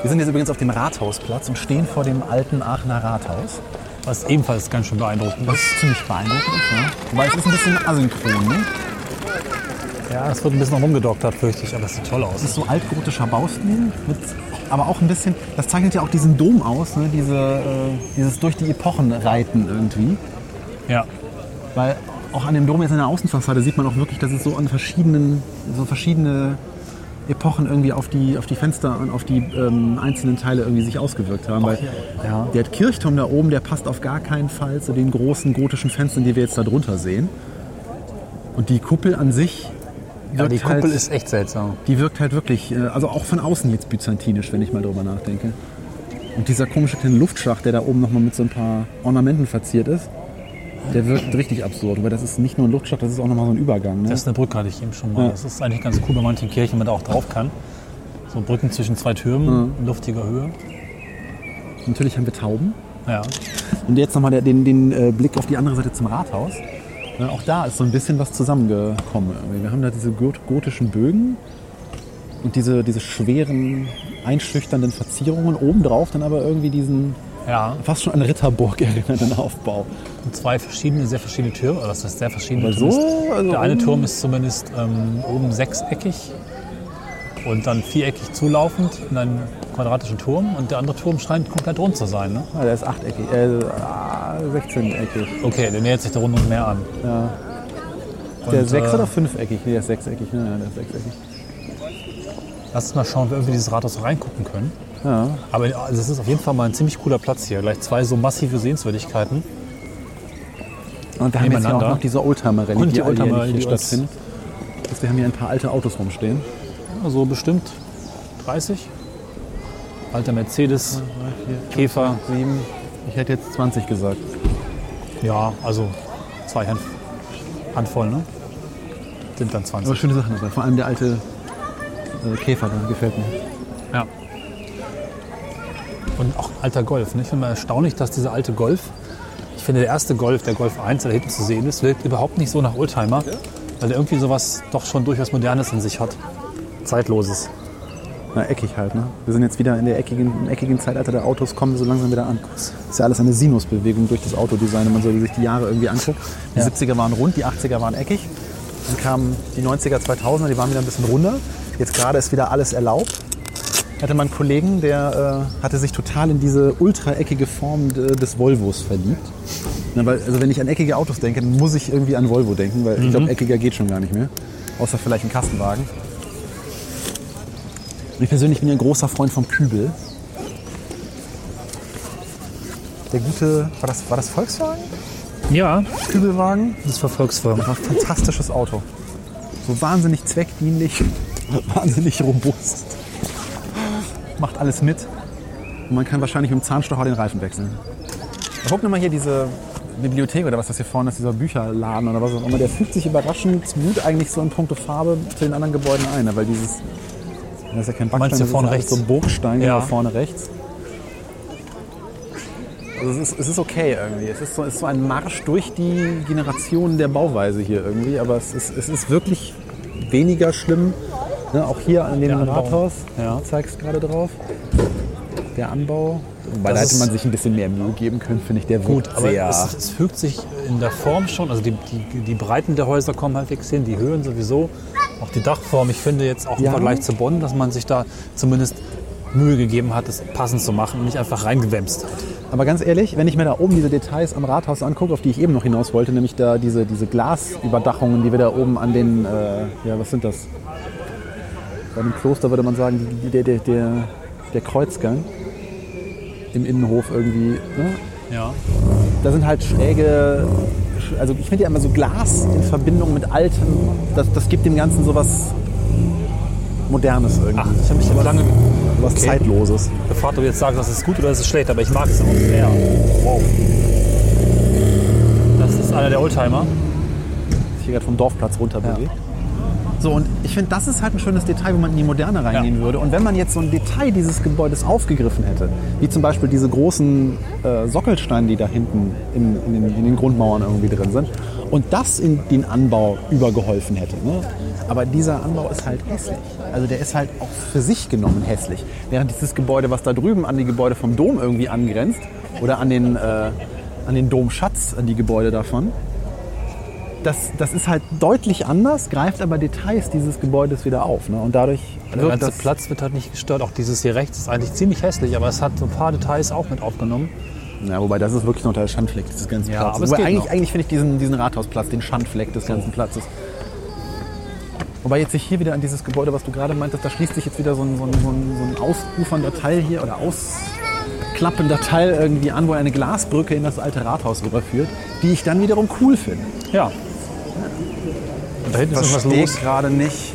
Speaker 3: Wir sind jetzt übrigens auf dem Rathausplatz und stehen vor dem alten Aachener Rathaus.
Speaker 2: Was ebenfalls ganz schön beeindruckend ist.
Speaker 3: Was ziemlich beeindruckend ist, ne? Wobei es ist ein bisschen asynchron, ne?
Speaker 2: Ja, es wird ein bisschen rumgedoktert, fürchte ich, aber es sieht toll aus.
Speaker 3: Das ist so altgotischer Baustil, mit, aber auch ein bisschen, das zeichnet ja auch diesen Dom aus, ne? Diese, äh, dieses durch die Epochen reiten irgendwie.
Speaker 2: Ja.
Speaker 3: Weil auch an dem Dom jetzt in der Außenfassade sieht man auch wirklich, dass es so an verschiedenen, so verschiedene Epochen irgendwie auf die, auf die Fenster und auf die ähm, einzelnen Teile irgendwie sich ausgewirkt haben. Weil
Speaker 2: Ja.
Speaker 3: der Kirchturm da oben, der passt auf gar keinen Fall zu den großen gotischen Fenstern, die wir jetzt da drunter sehen. Und die Kuppel an sich
Speaker 2: Aber die
Speaker 3: wirkt halt-
Speaker 2: Kuppel ist echt seltsam.
Speaker 3: die wirkt halt wirklich, äh, also auch von außen jetzt byzantinisch, wenn ich mal drüber nachdenke. Und dieser komische kleine Luftschacht, der da oben nochmal mit so ein paar Ornamenten verziert ist, der wirkt richtig absurd. Weil das ist nicht nur ein Luftschacht, das ist auch nochmal so ein Übergang. Ne?
Speaker 2: Das ist eine Brücke, hatte ich eben schon mal.
Speaker 3: Ja.
Speaker 2: Das ist eigentlich ganz cool bei manchen Kirchen, wenn man da auch drauf kann. So Brücken zwischen zwei Türmen, in luftiger Höhe.
Speaker 3: Natürlich haben wir Tauben.
Speaker 2: Ja.
Speaker 3: Und jetzt nochmal den, den äh, Blick auf die andere Seite zum Rathaus. Äh, auch da ist so ein bisschen was zusammengekommen. irgendwie. Wir haben da diese got gotischen Bögen und diese, diese schweren, einschüchternden Verzierungen. Obendrauf dann aber irgendwie diesen
Speaker 2: Ja.
Speaker 3: fast schon an Ritterburg erinnernden Aufbau.
Speaker 2: Und zwei verschiedene, sehr verschiedene Türme. Oder das heißt sehr verschiedene
Speaker 3: Aber so,
Speaker 2: zumindest.
Speaker 3: also
Speaker 2: Der eine
Speaker 3: oben-
Speaker 2: Turm ist zumindest ähm, oben sechseckig und dann viereckig zulaufend in einen quadratischen Turm. Und der andere Turm scheint komplett rund zu sein. Ne?
Speaker 3: Ah, der ist achteckig, äh, ah, 16-eckig.
Speaker 2: Okay, der nähert sich der Runde mehr an. Und,
Speaker 3: Der ist sechs-
Speaker 2: äh,
Speaker 3: oder fünfeckig? Nee, der ist sechseckig. ne, Ja, ja, der ist sechseckig.
Speaker 2: Lass uns mal schauen, ob wir irgendwie dieses Rathaus reingucken können.
Speaker 3: Ja.
Speaker 2: Aber also es ist auf jeden Fall mal ein ziemlich cooler Platz hier. Gleich zwei so massive Sehenswürdigkeiten.
Speaker 3: Und wir haben jetzt hier auch
Speaker 2: Nebeneinander.
Speaker 3: noch diese Oldtimer-Rallye,
Speaker 2: Und
Speaker 3: die,
Speaker 2: die
Speaker 3: Oldtimer
Speaker 2: Oldtimer-Rallye,
Speaker 3: hier
Speaker 2: die uns-
Speaker 3: stattfindet. Also wir haben hier ein paar alte Autos rumstehen.
Speaker 2: Also bestimmt 30. Alter Mercedes, Käfer.
Speaker 3: Sieben. Ich hätte jetzt 20 gesagt.
Speaker 2: Ja, also zwei Hand, Handvoll, ne? Sind dann 20.
Speaker 3: Aber schöne Sachen dabei. Vor allem der alte äh, Käfer da gefällt mir.
Speaker 2: Ja. Und auch alter Golf. Ne? Ich finde mal erstaunlich, dass dieser alte Golf, ich finde der erste Golf, der Golf 1, der da hinten zu sehen ist, wirkt überhaupt nicht so nach Oldtimer, weil der irgendwie sowas doch schon durchaus Modernes in sich hat. Zeitloses.
Speaker 3: Na, eckig halt, ne? Wir sind jetzt wieder in der eckigen, im eckigen Zeitalter der Autos, kommen wir so langsam wieder an. Das ist ja alles eine Sinusbewegung durch das Autodesign, wenn man so sich die Jahre irgendwie anguckt. Die 70er waren rund, die 80er waren eckig. Dann kamen die 90er, 2000er, die waren wieder ein bisschen runder. Jetzt gerade ist wieder alles erlaubt. Ich hatte mal einen Kollegen, der äh, hatte sich total in diese ultra-eckige Form de, des Volvos verliebt. Na, weil, also wenn ich an eckige Autos denke, dann muss ich irgendwie an Volvo denken, weil ich glaube, eckiger geht schon gar nicht mehr. Außer vielleicht ein Kastenwagen. Ich persönlich bin ja ein großer Freund vom Kübel. Der gute, war das, war das Volkswagen?
Speaker 2: Ja,
Speaker 3: Kübelwagen?
Speaker 2: das war Volkswagen.
Speaker 3: War ein fantastisches Auto. So wahnsinnig zweckdienlich, wahnsinnig robust. Macht alles mit. Und man kann wahrscheinlich mit dem Zahnstocher den Reifen wechseln. Guck mal hier diese Bibliothek oder was das hier vorne ist, dieser Bücherladen oder was auch immer. Der fügt sich überraschend gut eigentlich so in puncto Farbe zu den anderen Gebäuden ein. ne? Weil dieses, das ist ja kein Backstein,
Speaker 2: Meinst du
Speaker 3: das ist
Speaker 2: vorne
Speaker 3: alles
Speaker 2: rechts?
Speaker 3: so Burgstein ja.
Speaker 2: Ja.
Speaker 3: vorne rechts. Also es, ist, es ist okay irgendwie. Es ist, so, es ist so ein Marsch durch die Generationen der Bauweise hier irgendwie. Aber es ist, es ist wirklich weniger schlimm. Ne, auch hier an dem
Speaker 2: Der Anbau.
Speaker 3: Rathaus,
Speaker 2: Ja.
Speaker 3: du zeigst gerade drauf. Der Anbau. Wobei da
Speaker 2: Das
Speaker 3: hätte man
Speaker 2: ist-
Speaker 3: sich ein bisschen mehr Mühe geben können, finde ich. Der
Speaker 2: Gut,
Speaker 3: wirkt
Speaker 2: aber
Speaker 3: sehr.
Speaker 2: es, es fügt sich in der Form schon, also die, die, die Breiten der Häuser kommen halbwegs hin, die Höhen sowieso, auch die Dachform. Ich finde jetzt auch im
Speaker 3: Ja.
Speaker 2: Vergleich zu Bonn, dass man sich da zumindest Mühe gegeben hat, es passend zu machen und nicht einfach reingewämst hat.
Speaker 3: Aber ganz ehrlich, wenn ich mir da oben diese Details am Rathaus angucke, auf die ich eben noch hinaus wollte, nämlich da diese, diese Glasüberdachungen, die wir da oben an den, äh, ja, was sind das? Bei dem Kloster würde man sagen, die- der, der, der, der Kreuzgang im Innenhof irgendwie. Ne?
Speaker 2: Ja.
Speaker 3: Da sind halt schräge, sch- also ich finde ja immer so Glas in Verbindung mit Altem, das, das gibt dem Ganzen sowas Modernes irgendwie.
Speaker 2: Ach, ich habe mich aber lange
Speaker 3: was
Speaker 2: okay.
Speaker 3: Zeitloses.
Speaker 2: gefragt, ob du jetzt sagst, das ist gut oder das ist schlecht, aber ich mag es auch sehr. Wow. Das ist einer der Oldtimer.
Speaker 3: sich hier gerade vom Dorfplatz runter bewegt. So, und ich finde, das ist halt ein schönes Detail, wo man in die Moderne reingehen
Speaker 2: Ja.
Speaker 3: würde. Und wenn man jetzt so ein Detail dieses Gebäudes aufgegriffen hätte, wie zum Beispiel diese großen äh, Sockelsteine, die da hinten in, in, den, in den Grundmauern irgendwie drin sind, und das in den Anbau übergeholfen hätte. Ne? Aber dieser Anbau ist halt hässlich. Also der ist halt auch für sich genommen hässlich. Während dieses Gebäude, was da drüben an die Gebäude vom Dom irgendwie angrenzt, oder an den, äh, an den Domschatz, an die Gebäude davon, das, das ist halt deutlich anders, greift aber Details dieses Gebäudes wieder auf. Ne? Und dadurch
Speaker 2: Der
Speaker 3: wirkt
Speaker 2: ganze
Speaker 3: das
Speaker 2: Platz wird halt nicht gestört. Auch dieses hier rechts ist eigentlich ziemlich hässlich, aber es hat so ein paar Details auch mit aufgenommen.
Speaker 3: Ja, wobei das ist wirklich noch der Schandfleck des ganzen
Speaker 2: Ja,
Speaker 3: Platzes.
Speaker 2: aber es
Speaker 3: wobei
Speaker 2: geht
Speaker 3: eigentlich,
Speaker 2: noch.
Speaker 3: eigentlich finde ich diesen, diesen Rathausplatz den Schandfleck des ganzen Platzes. Wobei jetzt sich hier wieder an dieses Gebäude, was du gerade meintest, da schließt sich jetzt wieder so ein, so ein, so ein, so ein ausufernder Teil hier oder ausklappender Teil irgendwie an, wo eine Glasbrücke in das alte Rathaus rüberführt, die ich dann wiederum cool finde.
Speaker 2: Ja. Da hinten ist irgendwas
Speaker 3: Verstehe
Speaker 2: los.
Speaker 3: gerade nicht.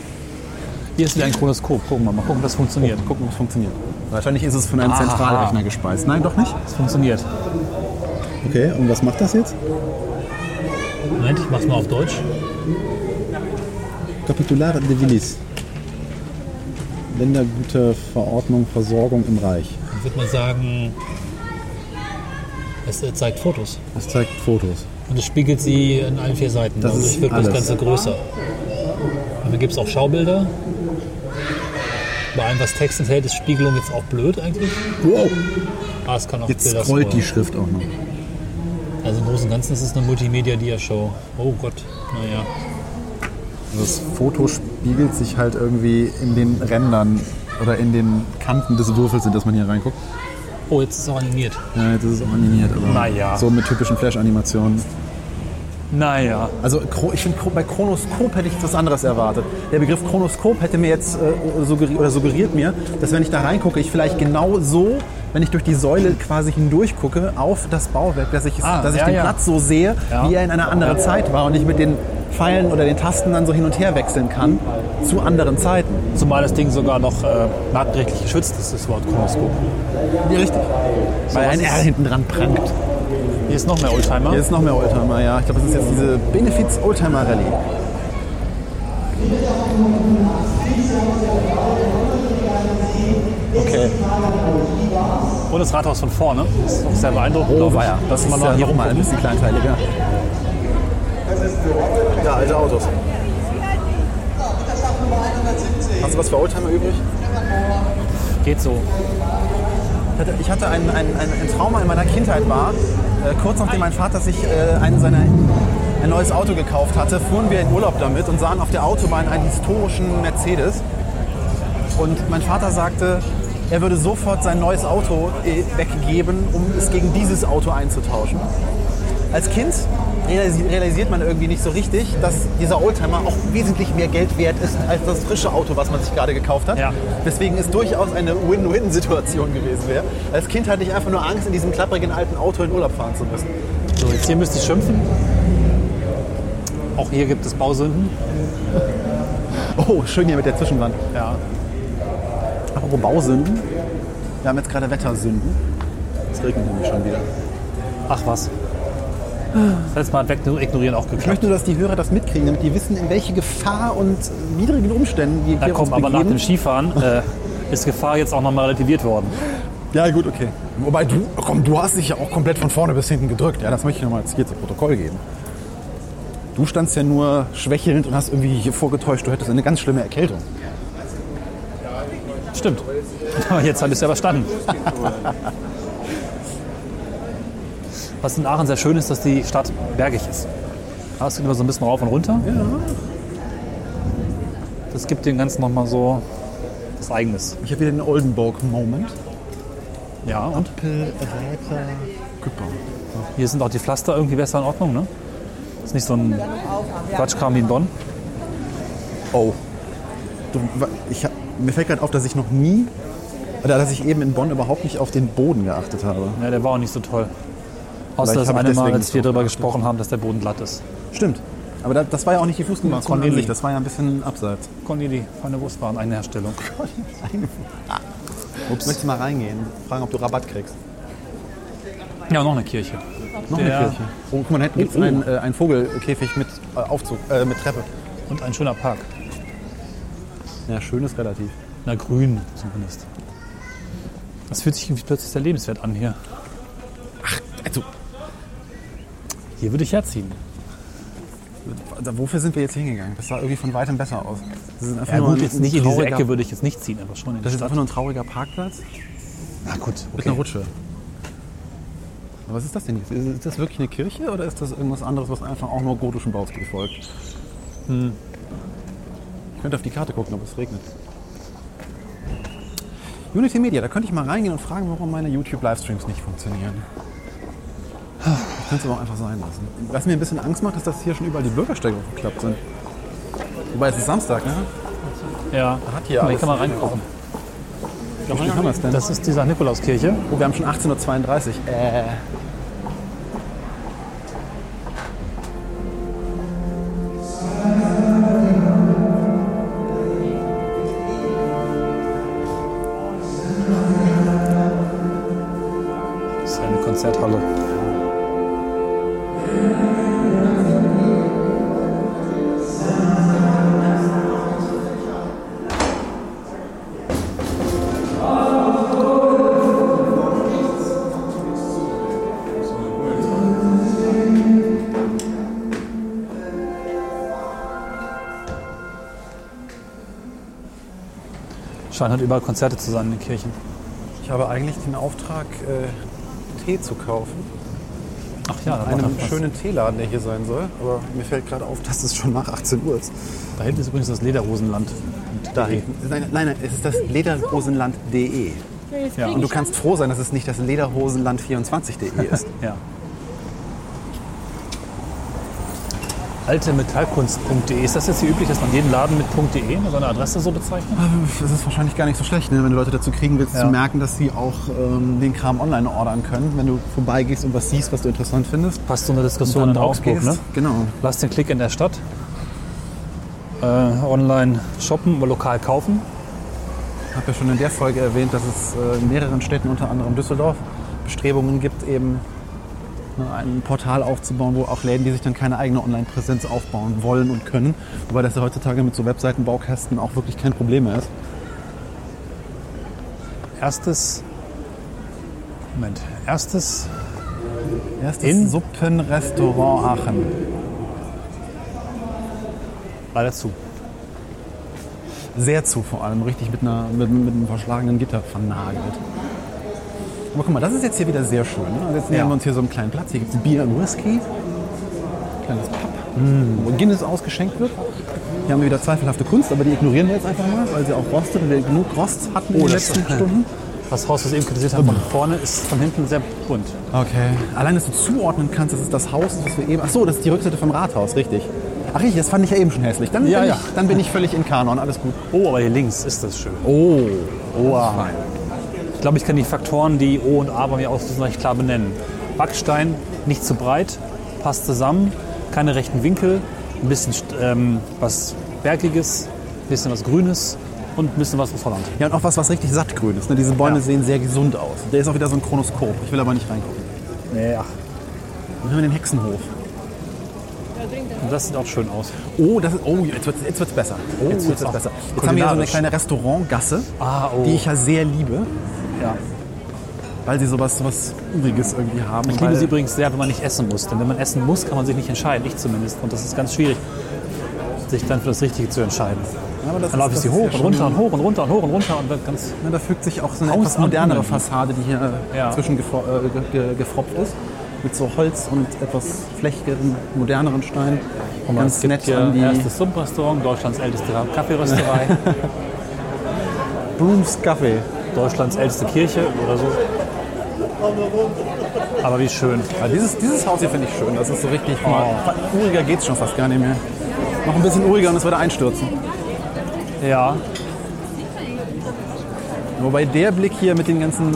Speaker 2: Hier ist wieder ein Chronoskop. Gucken wir mal, gucken, ob das funktioniert.
Speaker 3: Gucken, ob es funktioniert. Wahrscheinlich ist es von einem
Speaker 2: Aha.
Speaker 3: Zentralrechner gespeist. Nein, doch nicht.
Speaker 2: Es funktioniert.
Speaker 3: Okay, und was macht das jetzt?
Speaker 2: Moment, ich mach's mal auf Deutsch.
Speaker 3: Kapitular de Villis. Ländergüterverordnung, Versorgung im Reich.
Speaker 2: Ich würde mal sagen, es zeigt Fotos.
Speaker 3: Das zeigt Fotos.
Speaker 2: Und es spiegelt sie in allen vier Seiten.
Speaker 3: Das
Speaker 2: also
Speaker 3: ist
Speaker 2: ich wirke das
Speaker 3: alles.
Speaker 2: Ganze größer. Aber gibt es auch Schaubilder. Bei allem, was Text enthält, ist Spiegelung jetzt auch blöd eigentlich.
Speaker 3: Wow!
Speaker 2: Ah, es kann auch
Speaker 3: Jetzt
Speaker 2: Bilder
Speaker 3: scrollt die
Speaker 2: scrollen.
Speaker 3: Schrift auch noch.
Speaker 2: Also im Großen und Ganzen ist es eine Multimedia-Dia-Show. Oh Gott, naja.
Speaker 3: Also Das Foto spiegelt sich halt irgendwie in den Rändern oder in den Kanten des Würfels, in das man hier reinguckt.
Speaker 2: Oh, jetzt ist es auch animiert.
Speaker 3: Ja, jetzt ist es auch animiert, aber
Speaker 2: Naja.
Speaker 3: so mit typischen Flash-Animationen.
Speaker 2: Naja.
Speaker 3: Also Chro- ich finde, Chro- bei Chronoskop hätte ich was anderes erwartet. Der Begriff Chronoskop hätte mir jetzt äh, suggeri oder suggeriert mir, dass wenn ich da reingucke, ich vielleicht genau so, wenn ich durch die Säule quasi hindurch gucke, auf das Bauwerk, dass ich, es-
Speaker 2: Ah,
Speaker 3: dass ich
Speaker 2: ja,
Speaker 3: den
Speaker 2: ja.
Speaker 3: Platz so sehe,
Speaker 2: Ja.
Speaker 3: wie er in einer anderen Zeit war und ich mit den Pfeilen oder den Tasten dann so hin und her wechseln kann zu anderen Zeiten.
Speaker 2: Zumal das Ding sogar noch äh, markenrechtlich geschützt ist, das Wort Chronoskop.
Speaker 3: Ja, richtig. Weil ein
Speaker 2: ist-
Speaker 3: R hinten dran prangt.
Speaker 2: Hier ist noch mehr Oldtimer.
Speaker 3: Hier ist noch mehr Oldtimer, ja. Ich glaube, das ist jetzt diese Benefiz Oldtimer Rallye. Okay.
Speaker 2: Und das Rathaus von vorne. Das ist auch sehr beeindruckend,
Speaker 3: Oh,
Speaker 2: glaube
Speaker 3: weia.
Speaker 2: ich.
Speaker 3: Das
Speaker 2: Dass
Speaker 3: ist
Speaker 2: man
Speaker 3: ja
Speaker 2: noch hier
Speaker 3: noch mal ein
Speaker 2: rumkommt.
Speaker 3: bisschen kleinteiliger. Ja, alte Autos. Hast du was für Oldtimer übrig?
Speaker 2: Geht so.
Speaker 3: Ich hatte, ich hatte ein, ein, ein, ein Trauma in meiner Kindheit war, äh, kurz nachdem mein Vater sich äh, einen seiner, ein neues Auto gekauft hatte, fuhren wir in Urlaub damit und sahen auf der Autobahn einen historischen Mercedes. Und mein Vater sagte, er würde sofort sein neues Auto äh, weggeben, um es gegen dieses Auto einzutauschen. Als Kind realisi- realisiert man irgendwie nicht so richtig, dass dieser Oldtimer auch wesentlich mehr Geld wert ist als das frische Auto, was man sich gerade gekauft hat.
Speaker 2: Ja.
Speaker 3: Deswegen ist durchaus eine Win-Win-Situation gewesen wäre. Als Kind hatte ich einfach nur Angst, in diesem klapprigen alten Auto in Urlaub fahren zu müssen.
Speaker 2: So, jetzt hier müsste ich schimpfen. Auch hier gibt es Bausünden.
Speaker 3: Oh, schön hier mit der Zwischenwand.
Speaker 2: Ja,
Speaker 3: Apropos Bausünden. Wir haben jetzt gerade Wettersünden. Es regnet nämlich schon wieder.
Speaker 2: ach was. Das letzte Mal hat Weg- ignorieren auch
Speaker 3: Ich
Speaker 2: geklappt.
Speaker 3: möchte nur, dass die Hörer das mitkriegen, damit die wissen, in welche Gefahr und äh, widrigen Umständen die
Speaker 2: Da
Speaker 3: wir
Speaker 2: kommen
Speaker 3: uns
Speaker 2: aber nach dem
Speaker 3: begeben.
Speaker 2: Skifahren äh, ist Gefahr jetzt auch nochmal relativiert worden.
Speaker 3: Ja, gut, okay. Wobei du, komm, du hast dich ja auch komplett von vorne bis hinten gedrückt. Ja, das möchte ich nochmal jetzt hier zu Protokoll geben. Du standst ja nur schwächelnd und hast irgendwie hier vorgetäuscht, du hättest eine ganz schlimme Erkältung.
Speaker 2: Stimmt. Aber Jetzt habe ich es ja verstanden. Was in Aachen sehr schön ist, dass die Stadt bergig ist. Ja, Es geht immer so ein bisschen rauf und runter. Das gibt dem Ganzen nochmal so was Eigenes.
Speaker 3: Ich habe wieder den Oldenburg-Moment.
Speaker 2: Ja, und
Speaker 3: Reiter Küpper.
Speaker 2: Hier sind auch die Pflaster irgendwie besser in Ordnung, ne? Ist nicht so ein Quatschkram wie in Bonn.
Speaker 3: Oh. Du, wa- ich, hab- mir fällt gerade auf, dass ich noch nie, oder dass ich eben in Bonn überhaupt nicht auf den Boden geachtet habe.
Speaker 2: Ja, der war auch nicht so toll. Außer
Speaker 3: Vielleicht
Speaker 2: das
Speaker 3: hab ich
Speaker 2: eine Mal,
Speaker 3: deswegen
Speaker 2: als
Speaker 3: nicht
Speaker 2: wir
Speaker 3: drauf
Speaker 2: darüber gesprochen haben, dass der Boden glatt ist.
Speaker 3: Stimmt. Aber da, das war ja auch nicht die Fußgängerzone an
Speaker 2: Corneli.
Speaker 3: sich, das war ja ein bisschen abseits.
Speaker 2: Corneli, feine Wurstwaren, eine Herstellung.
Speaker 3: Ups. Möchtest du mal reingehen? Fragen, ob du Rabatt kriegst.
Speaker 2: Ja, noch eine Kirche.
Speaker 3: Noch
Speaker 2: Der-
Speaker 3: eine Kirche. Oh, guck mal, da hinten gibt es einen, äh, einen Vogelkäfig mit äh, Aufzug, äh, mit Treppe.
Speaker 2: Und ein schöner Park.
Speaker 3: Ja, schön ist relativ.
Speaker 2: Na, grün zumindest. Das fühlt sich irgendwie plötzlich sehr lebenswert an hier.
Speaker 3: Also,
Speaker 2: Hier würde ich herziehen.
Speaker 3: wofür sind wir jetzt hingegangen? Das sah irgendwie von weitem besser aus. Das ist einfach
Speaker 2: Ja, gut,
Speaker 3: ein-
Speaker 2: jetzt
Speaker 3: ein
Speaker 2: nicht in diese
Speaker 3: trauriger-
Speaker 2: Ecke würde ich jetzt nicht ziehen, aber schon in die
Speaker 3: Das ist
Speaker 2: Stadt.
Speaker 3: einfach nur ein trauriger Parkplatz
Speaker 2: Na gut,
Speaker 3: mit einer Rutsche. Aber was ist das denn jetzt? Ist ist das wirklich eine Kirche oder ist das irgendwas anderes, was einfach auch nur gotischen Baustil folgt? Hm. Ich könnte auf die Karte gucken, ob es regnet. Unity Media, da könnte ich mal reingehen und fragen, warum meine YouTube-Livestreams nicht funktionieren. Kannst du aber auch einfach sein lassen. Was mir ein bisschen Angst macht, ist, dass hier schon überall die Bürgersteige aufgeklappt sind. Wobei es ist Samstag, ne?
Speaker 2: Ja,
Speaker 3: Hat hier
Speaker 2: Guck mal,
Speaker 3: alles-
Speaker 2: kann man reingucken.
Speaker 3: Wie spät haben wir es denn?
Speaker 2: Das ist die St. Nikolauskirche.
Speaker 3: oh, wir haben schon 18.32 Uhr. Äh.
Speaker 2: Das ist eine Konzerthalle. Scheint halt überall Konzerte zu sein in den Kirchen.
Speaker 3: Ich habe eigentlich den Auftrag, äh, Tee zu kaufen.
Speaker 2: Ach ja, da war
Speaker 3: Einem
Speaker 2: noch was.
Speaker 3: schönen Teeladen, der hier sein soll. Aber mir fällt gerade auf, dass es schon nach 18 Uhr ist.
Speaker 2: Da hinten ist übrigens das Lederhosenland.
Speaker 3: Da hinten. Nein, nein, nein, es ist das lederhosenland.de.
Speaker 2: Ja,
Speaker 3: Und du kannst froh sein, dass es nicht das lederhosenland24.de ist.
Speaker 2: Ja. Altemetallkunst.de. E. Ist das jetzt hier üblich, dass man jeden Laden mit .de, so eine Adresse so bezeichnet?
Speaker 3: Es ist wahrscheinlich gar nicht so schlecht, ne? wenn du Leute dazu kriegen willst,
Speaker 2: Ja.
Speaker 3: zu merken, dass sie auch ähm, den Kram online ordern können, wenn du vorbeigehst und was siehst, was du interessant findest.
Speaker 2: Passt zu einer Diskussion in Augsburg, ne?
Speaker 3: Genau.
Speaker 2: Lass den Klick in der Stadt. Äh, online shoppen oder lokal kaufen.
Speaker 3: Ich habe ja schon in der Folge erwähnt, dass es äh, in mehreren Städten, unter anderem Düsseldorf, Bestrebungen gibt, eben ne, ein Portal aufzubauen, wo auch Läden, die sich dann keine eigene Online-Präsenz aufbauen wollen und können. Wobei das ja heutzutage mit so Webseitenbaukästen auch wirklich kein Problem mehr ist.
Speaker 2: Erstes. Moment. Erstes.
Speaker 3: Erstes
Speaker 2: In-
Speaker 3: Suppenrestaurant Aachen.
Speaker 2: Leider zu.
Speaker 3: Sehr zu vor allem, richtig mit, einer, mit, mit einem verschlagenen Gitter vernagelt. Aber guck mal, das ist jetzt hier wieder sehr schön. Ne? Also jetzt nehmen wir uns hier so einen kleinen Platz. Hier gibt es Bier und Whisky. Kleines Pub,
Speaker 2: Mm.
Speaker 3: wo Guinness ausgeschenkt wird. Hier haben wir wieder zweifelhafte Kunst, aber die ignorieren wir jetzt einfach mal, weil sie auch rostet und wir genug Rost hatten in den
Speaker 2: Oh, das-
Speaker 3: letzten Stunden.
Speaker 2: Das Haus, das wir eben kritisiert haben, von vorne ist von hinten sehr bunt.
Speaker 3: Okay. Allein, dass du zuordnen kannst, dass es das Haus ist, was wir eben. Ach so, das ist die Rückseite vom Rathaus, richtig. Ach richtig, das fand ich ja eben schon hässlich. Dann,
Speaker 2: Ja,
Speaker 3: bin,
Speaker 2: ja.
Speaker 3: Ich, dann bin ich völlig in Kanon, alles gut.
Speaker 2: Oh, aber hier links ist das schön.
Speaker 3: Oh, oha.
Speaker 2: Ich glaube, ich kann die Faktoren, die O und A bei mir auslösen, recht klar benennen. Backstein, nicht zu breit, passt zusammen, keine rechten Winkel, ein bisschen ähm, was Bergiges, ein bisschen was Grünes und ein bisschen was aus Holland.
Speaker 3: Ja, und auch was, was richtig sattgrün ist. Ne? Diese Bäume
Speaker 2: Ja.
Speaker 3: sehen sehr gesund aus. Der ist auch wieder so ein Chronoskop. Ich will aber nicht reingucken.
Speaker 2: Nee, ach.
Speaker 3: Dann haben wir den Hexenhof.
Speaker 2: Und das sieht auch schön aus.
Speaker 3: Oh, das ist, oh jetzt wird es jetzt wird's besser. Oh, jetzt wird's
Speaker 2: wird's auch
Speaker 3: besser. Jetzt haben wir hier so eine
Speaker 2: kulinarisch.
Speaker 3: kleine Restaurantgasse,
Speaker 2: Ah, oh.
Speaker 3: die ich ja sehr liebe,
Speaker 2: Ja.
Speaker 3: weil sie sowas, sowas Uriges irgendwie haben.
Speaker 2: Ich
Speaker 3: weil,
Speaker 2: liebe sie übrigens sehr, wenn man nicht essen muss. Denn wenn man essen muss, kann man sich nicht entscheiden. Ich zumindest. Und das ist ganz schwierig, sich dann für das Richtige zu entscheiden.
Speaker 3: Ja, aber das
Speaker 2: Dann laufe ich
Speaker 3: ist-
Speaker 2: sie
Speaker 3: das ist
Speaker 2: hoch
Speaker 3: ja
Speaker 2: und runter
Speaker 3: schon-
Speaker 2: und hoch und runter und hoch und runter. Und dann ganz,
Speaker 3: Ne, da fügt sich auch so eine
Speaker 2: Haus
Speaker 3: etwas
Speaker 2: am
Speaker 3: modernere
Speaker 2: Brunnen.
Speaker 3: Fassade, die hier äh,
Speaker 2: Ja.
Speaker 3: zwischen gefro äh, ge ge gefroppt ist, mit so Holz und etwas flächigeren, moderneren Steinen.
Speaker 2: es
Speaker 3: Ganz
Speaker 2: gibt
Speaker 3: nett
Speaker 2: hier
Speaker 3: an die
Speaker 2: erstes Suppenrestaurant, Deutschlands älteste Kaffeerösterei.
Speaker 3: Brooms Café.
Speaker 2: Deutschlands älteste Kirche oder so. Aber wie schön.
Speaker 3: Ja, dieses, dieses Haus hier finde ich schön. Das ist so richtig. Oh. Uriger geht's schon fast gar nicht mehr. Noch ein bisschen uriger und es würde einstürzen.
Speaker 2: Ja,
Speaker 3: Wobei der Blick hier mit den ganzen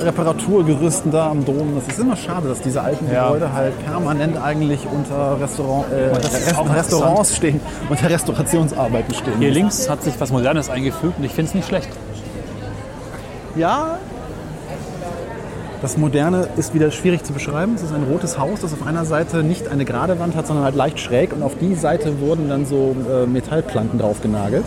Speaker 3: Reparaturgerüsten da am Dom, das ist immer schade, dass diese alten
Speaker 2: Ja.
Speaker 3: Gebäude halt permanent eigentlich unter Restaurant, äh,
Speaker 2: das ist
Speaker 3: Rest-
Speaker 2: auch
Speaker 3: Restaurants stehen, unter Restaurationsarbeiten stehen.
Speaker 2: hier links hat sich was Modernes eingefügt und ich finde es nicht schlecht.
Speaker 3: Ja. Das Moderne ist wieder schwierig zu beschreiben. Es ist ein rotes Haus, das auf einer Seite nicht eine gerade Wand hat, sondern halt leicht schräg. Und auf die Seite wurden dann so äh, Metallplanken drauf genagelt.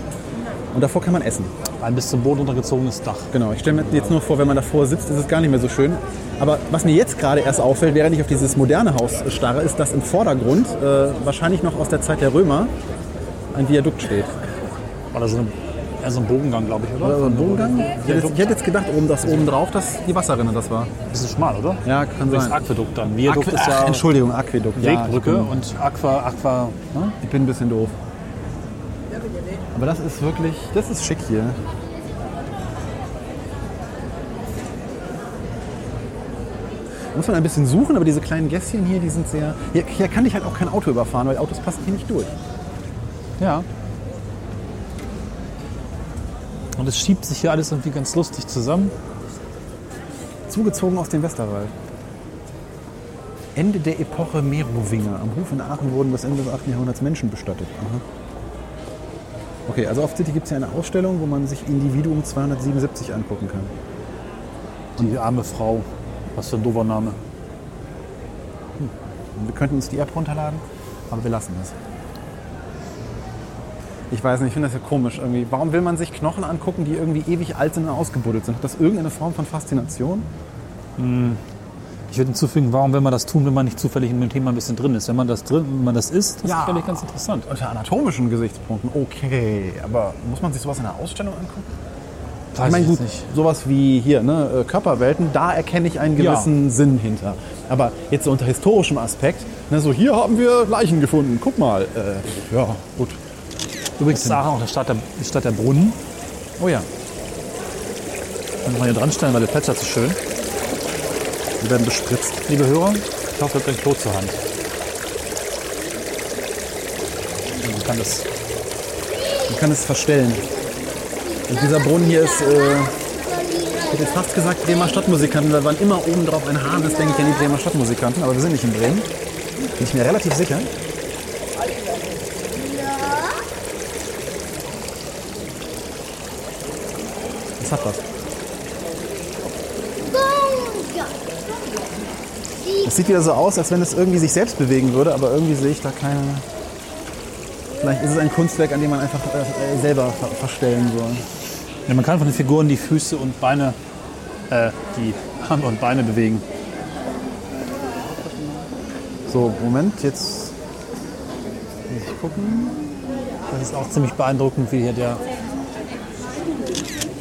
Speaker 3: Und davor kann man essen.
Speaker 2: Ein bis zum Boden untergezogenes Dach.
Speaker 3: Genau, ich stelle mir jetzt nur vor, wenn man davor sitzt, ist es gar nicht mehr so schön. Aber was mir jetzt gerade erst auffällt, während ich auf dieses moderne Haus äh, starre, ist, dass im Vordergrund äh, wahrscheinlich noch aus der Zeit der Römer ein Viadukt steht.
Speaker 2: Oder so ein, eher so ein Bogengang, glaube ich, oder?
Speaker 3: Oder so Also ein Bogengang? Ich hätte,
Speaker 2: Viadukt.
Speaker 3: jetzt, ich hätte jetzt gedacht, oben, dass oben drauf dass die Wasserrinne das war.
Speaker 2: Bisschen schmal, oder?
Speaker 3: Ja, kann
Speaker 2: Das
Speaker 3: sein.
Speaker 2: Aquädukt dann. Viadukt
Speaker 3: Aquä-
Speaker 2: ist
Speaker 3: Ach,
Speaker 2: ja
Speaker 3: Entschuldigung, Aquädukt. Ja, ich
Speaker 2: Wegbrücke
Speaker 3: bin,
Speaker 2: und Aqua, Aqua, ne?
Speaker 3: ich bin ein bisschen doof. Aber das ist wirklich, das ist schick hier. Muss man ein bisschen suchen, aber diese kleinen Gässchen hier, die sind sehr. Hier, hier kann dich halt auch kein Auto überfahren, weil Autos passen hier nicht durch.
Speaker 2: Ja. Und es schiebt sich hier alles irgendwie ganz lustig zusammen.
Speaker 3: Zugezogen aus dem Westerwald. Ende der Epoche Merowinger. Am Hof in Aachen wurden bis Ende des 8. Jahrhunderts Menschen bestattet. Aha. Okay, also auf City gibt es ja eine Ausstellung, wo man sich Individuum 277 angucken kann.
Speaker 2: Die arme Frau. Was für ein doofer Name.
Speaker 3: Wir könnten uns die App runterladen, aber wir lassen es. Ich weiß nicht, ich finde das ja komisch irgendwie. Warum will man sich Knochen angucken, die irgendwie ewig alt sind und ausgebuddelt sind? Hat das irgendeine Form von Faszination?
Speaker 2: Ich würde hinzufügen, warum will man das tun, wenn man nicht zufällig in dem Thema ein bisschen drin ist? Wenn man das drin, wenn man das ist, das
Speaker 3: Ja.
Speaker 2: ist vielleicht ganz interessant.
Speaker 3: Unter anatomischen Gesichtspunkten, okay. Aber muss man sich sowas in einer Ausstellung angucken?
Speaker 2: Weiß
Speaker 3: ich meine, gut,
Speaker 2: jetzt Also nicht.
Speaker 3: sowas wie hier, ne, äh, Körperwelten, da erkenne ich einen
Speaker 2: Ja.
Speaker 3: gewissen Sinn hinter. Aber jetzt so unter historischem Aspekt, ne, so hier haben wir Leichen gefunden, guck mal. Äh, ja, gut.
Speaker 2: Übrigens ist Aachen auch eine Stadt der, die Stadt der Brunnen.
Speaker 3: Oh ja,
Speaker 2: Können wir hier dran stellen, weil der plätschert so schön.
Speaker 3: wir werden bespritzt.
Speaker 2: Liebe Hörer, ich hoffe, ihr habt euch Klo zur Hand. Und Also Man kann das
Speaker 3: Man kann es verstellen. Und dieser Brunnen hier ist, äh, ich hätte jetzt fast gesagt Bremer Stadtmusikanten, weil wann immer oben drauf ein Hahn ist, denke ich an die Bremer Stadtmusikanten, aber wir sind nicht in Bremen. Bin ich mir relativ sicher. Das hat was. Es sieht wieder so aus, als wenn es irgendwie sich selbst bewegen würde, aber irgendwie sehe ich da keine. Vielleicht ist es ein Kunstwerk, an dem man einfach äh, äh, selber ver verstellen soll.
Speaker 2: Ja, man kann von den Figuren die Füße und Beine, äh, die Arme und Beine bewegen.
Speaker 3: So, Moment, jetzt muss ich gucken.
Speaker 2: Das ist auch ziemlich beeindruckend, wie hier der,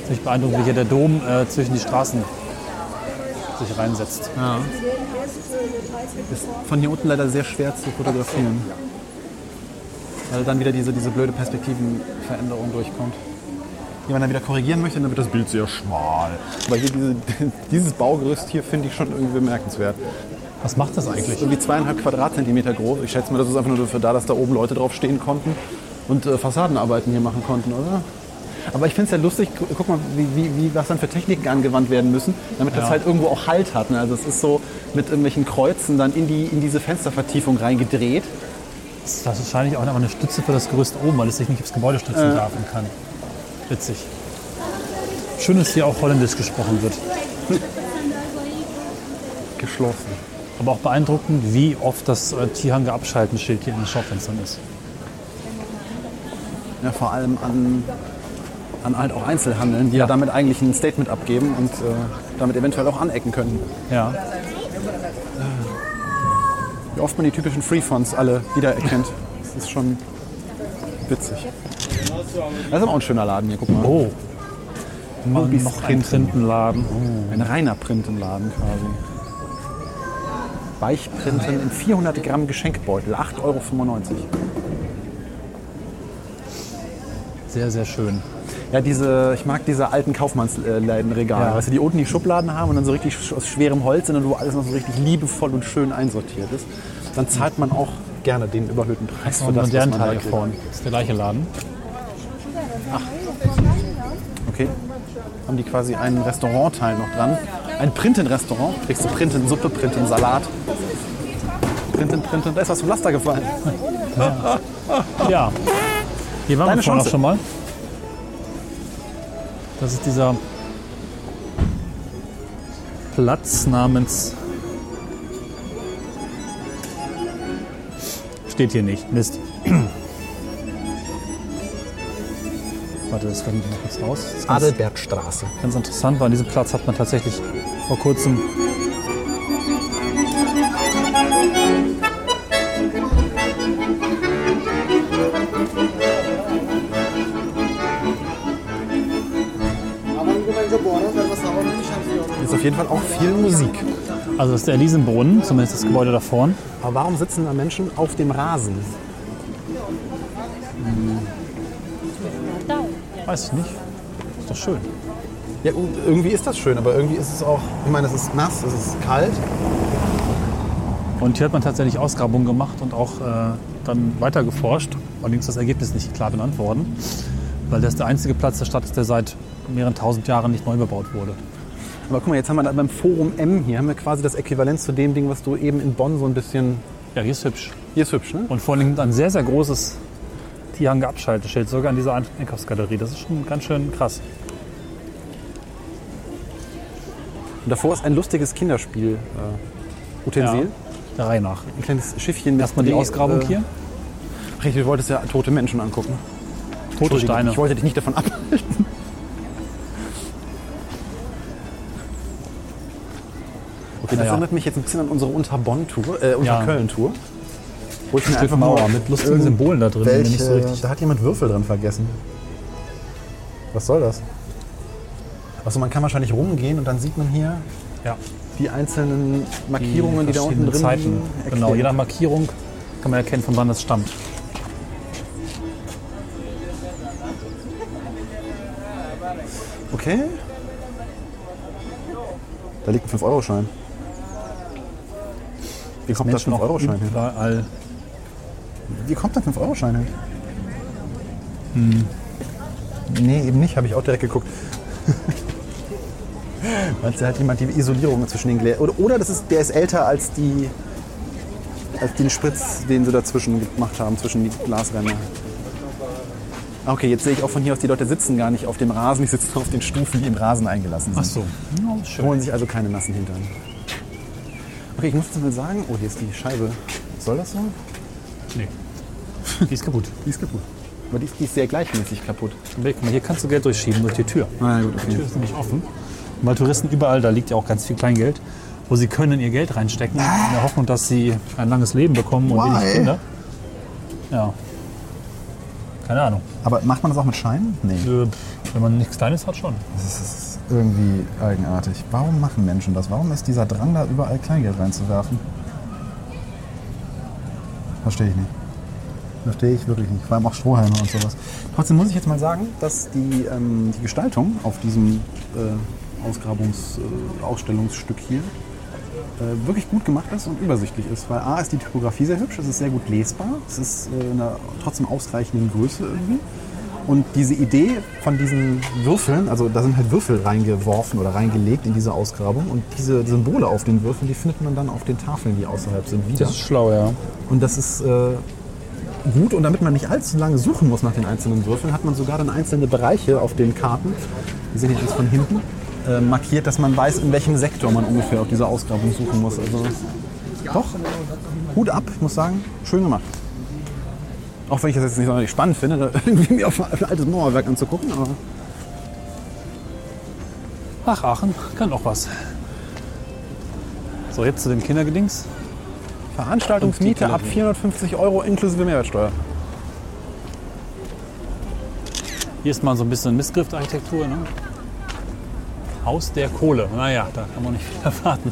Speaker 2: ziemlich beeindruckend, wie hier der Dom äh, zwischen die Straßen sich reinsetzt.
Speaker 3: Ist von hier unten leider sehr schwer zu fotografieren. Weil dann wieder diese, diese blöde Perspektivenveränderung durchkommt. Die man dann wieder korrigieren möchte, dann wird das Bild sehr schmal. Aber hier diese, dieses Baugerüst hier finde ich schon irgendwie bemerkenswert.
Speaker 2: Was macht das eigentlich?
Speaker 3: Irgendwie zweieinhalb Quadratzentimeter groß. Ich schätze mal, das ist einfach nur dafür da, dass da oben Leute drauf stehen konnten und äh, Fassadenarbeiten hier machen konnten, oder? Aber ich finde es ja lustig, gu- guck mal, wie, wie, wie, was dann für Techniken angewandt werden müssen, damit das
Speaker 2: Ja.
Speaker 3: halt irgendwo auch Halt hat. Ne? Also es ist so mit irgendwelchen Kreuzen dann in, die, in diese Fenstervertiefung reingedreht.
Speaker 2: Das ist wahrscheinlich auch einfach eine Stütze für das Gerüst oben, weil es sich nicht aufs Gebäude stützen
Speaker 3: Äh.
Speaker 2: darf und kann. Witzig. Schön, dass hier auch Holländisch gesprochen wird.
Speaker 3: Geschlossen.
Speaker 2: Aber auch beeindruckend, wie oft das äh, Tierhanger Abschalten-Schild hier in den Schaufenstern ist.
Speaker 3: Ja, vor allem an, an halt auch Einzelhandeln, die ja. damit eigentlich ein Statement abgeben und äh, damit eventuell auch anecken können.
Speaker 2: Ja.
Speaker 3: Wie oft man die typischen Free-Fonts alle wiedererkennt. Das ist schon witzig. Das ist aber auch ein schöner Laden hier, guck mal.
Speaker 2: Oh, und
Speaker 3: Movies
Speaker 2: noch ein
Speaker 3: Printen.
Speaker 2: Printenladen.
Speaker 3: Ein reiner Printenladen quasi. Weichprinten in 400 Gramm Geschenkbeutel, 8,95 Euro.
Speaker 2: Sehr, sehr schön.
Speaker 3: Ja, diese, ich mag diese alten Kaufmannslädenregale,
Speaker 2: Ja.
Speaker 3: weißt du, die unten die Schubladen haben und dann so richtig sch- aus schwerem Holz sind und wo alles noch so richtig liebevoll und schön einsortiert ist. Dann zahlt man auch gerne den überhöhten Preis für
Speaker 2: Und
Speaker 3: das, was
Speaker 2: modernen
Speaker 3: man da
Speaker 2: Teil hier
Speaker 3: kriegt.
Speaker 2: vorne. Das ist der gleiche Laden.
Speaker 3: Okay. Haben die quasi einen Restaurantteil noch dran. Ein Printen-Restaurant. Kriegst du Printen-Suppe, Printen-Salat. Printen, Printen. Da ist was vom Laster gefallen.
Speaker 2: Ja. Hier waren
Speaker 3: Deine
Speaker 2: wir vorhin auch
Speaker 3: Chance.
Speaker 2: schon mal. Das ist dieser Platz namens. Steht hier nicht. Mist. Warte, das kann ich noch kurz raus. Das ist ganz-
Speaker 3: Adelbertstraße.
Speaker 2: ganz interessant war. An diesem Platz hat man tatsächlich vor kurzem.
Speaker 3: Ist auf jeden Fall auch viel Musik.
Speaker 2: Also das ist der Elisenbrunnen, zumindest das Gebäude da vorne.
Speaker 3: Aber warum sitzen da Menschen auf dem Rasen?
Speaker 2: Weiß ich nicht. Ist doch schön.
Speaker 3: Ja, und irgendwie ist das schön, aber irgendwie ist es auch, ich meine, es ist nass, es ist kalt.
Speaker 2: Und hier hat man tatsächlich Ausgrabungen gemacht und auch äh, dann weiter geforscht. Allerdings ist das Ergebnis nicht klar benannt worden, weil das der einzige Platz der Stadt ist, der seit mehreren tausend Jahren nicht neu bebaut wurde.
Speaker 3: Aber guck mal, jetzt haben wir da beim Forum M hier, haben wir quasi das Äquivalent zu dem Ding, was du eben in Bonn so ein bisschen...
Speaker 2: Ja, hier ist hübsch.
Speaker 3: Hier ist hübsch, ne?
Speaker 2: Und vor allem ein sehr, sehr großes Tihange-Abschalteschild, sogar an dieser Einkaufsgalerie. Das ist schon ganz schön krass.
Speaker 3: Und davor ist ein lustiges Kinderspiel. Äh, Utensil.
Speaker 2: Der Reihe nach.
Speaker 3: Ein kleines Schiffchen mit...
Speaker 2: Erstmal die
Speaker 3: Dreh-
Speaker 2: Ausgrabung
Speaker 3: äh,
Speaker 2: hier.
Speaker 3: Ach, du wolltest ja tote Menschen angucken.
Speaker 2: Tote
Speaker 3: Entschuldige,
Speaker 2: Steine.
Speaker 3: Ich wollte dich nicht davon abhalten. Okay, das
Speaker 2: Naja.
Speaker 3: erinnert mich jetzt ein bisschen an unsere Unter-Bonn-Tour, äh, Unter-Köln-Tour. Wo ich mir
Speaker 2: Stück
Speaker 3: einfach
Speaker 2: Mauer
Speaker 3: mal
Speaker 2: mit lustigen
Speaker 3: irgend-
Speaker 2: Symbolen da drin, die mir nicht so
Speaker 3: Welche-
Speaker 2: richtig-
Speaker 3: Da hat jemand Würfel drin vergessen. Was soll das? Also man kann wahrscheinlich rumgehen und dann sieht man hier
Speaker 2: Ja.
Speaker 3: die einzelnen Markierungen, die, da unten
Speaker 2: verschiedenen
Speaker 3: drin
Speaker 2: Zeiten.
Speaker 3: liegen,
Speaker 2: Genau,
Speaker 3: erklärt.
Speaker 2: je nach Markierung kann man erkennen, von wann das stammt.
Speaker 3: Okay. Da liegt ein 5-Euro-Schein. Wie kommt da
Speaker 2: Menschen auch
Speaker 3: 5-Euro-Schein hin?
Speaker 2: überall.
Speaker 3: Wie kommt da 5-Euro-Schein hin? Hm. Nee, eben nicht, habe ich auch direkt geguckt. Weil da hat jemand die Isolierung zwischen den Gläsern. Oder, oder das ist, der ist älter als die. als den Spritz, den sie dazwischen gemacht haben, zwischen die Glasränder. Ah, Okay, jetzt sehe ich auch von hier aus, die Leute sitzen gar nicht auf dem Rasen, die sitzen auf den Stufen, die im Rasen eingelassen sind.
Speaker 2: Ach so. Ja, ist schön.
Speaker 3: Holen sich also keine nassen Hintern. Okay, ich muss jetzt mal sagen, oh, hier ist die Scheibe. Soll das so?
Speaker 2: Nee. Die ist kaputt.
Speaker 3: Die ist kaputt. Aber die ist, die ist sehr gleichmäßig kaputt.
Speaker 2: Und Guck mal, hier kannst du Geld durchschieben durch die Tür.
Speaker 3: Na ja, gut, okay.
Speaker 2: Die Tür ist nämlich offen. Und weil Touristen überall, da liegt ja auch ganz viel Kleingeld, wo sie können ihr Geld reinstecken, in der Hoffnung, dass sie ein langes Leben bekommen und
Speaker 3: Why?
Speaker 2: wenig Kinder. Ja. Keine Ahnung.
Speaker 3: Aber macht man das auch mit Scheinen? Nee.
Speaker 2: Äh, Wenn man nichts Kleines hat, schon.
Speaker 3: Das ist irgendwie eigenartig. Warum machen Menschen das? Warum ist dieser Drang da, überall Kleingeld reinzuwerfen? Verstehe ich nicht. Verstehe ich wirklich nicht. Vor allem auch Strohhalme und sowas. Trotzdem muss ich jetzt mal sagen, dass die, ähm, die Gestaltung auf diesem äh, Ausgrabungs-, äh, Ausstellungsstück hier äh, wirklich gut gemacht ist und übersichtlich ist. Weil A ist die Typografie sehr hübsch, es ist sehr gut lesbar, es ist äh, in einer trotzdem ausreichenden Größe irgendwie. Und diese Idee von diesen Würfeln, also da sind halt Würfel reingeworfen oder reingelegt in diese Ausgrabung und diese Symbole auf den Würfeln, die findet man dann auf den Tafeln, die außerhalb sind, wieder.
Speaker 2: schlau, ja.
Speaker 3: Und das ist äh, gut. Und damit man nicht allzu lange suchen muss nach den einzelnen Würfeln, hat man sogar dann einzelne Bereiche auf den Karten, wir sehen hier eins von hinten, äh, markiert, dass man weiß, in welchem Sektor man ungefähr auf dieser Ausgrabung suchen muss. Also doch, Hut ab, ich muss sagen, schön gemacht. Auch wenn ich das jetzt nicht sonderlich spannend finde, da irgendwie mir auf ein altes Mauerwerk anzugucken, aber
Speaker 2: Ach, Aachen kann auch was. So, jetzt zu den Kindergedings.
Speaker 3: Veranstaltungsmiete ab 450 Euro inklusive Mehrwertsteuer.
Speaker 2: Hier ist mal so ein bisschen Missgriff der Architektur. Ne? Haus der Kohle. Naja, da kann man nicht viel erwarten.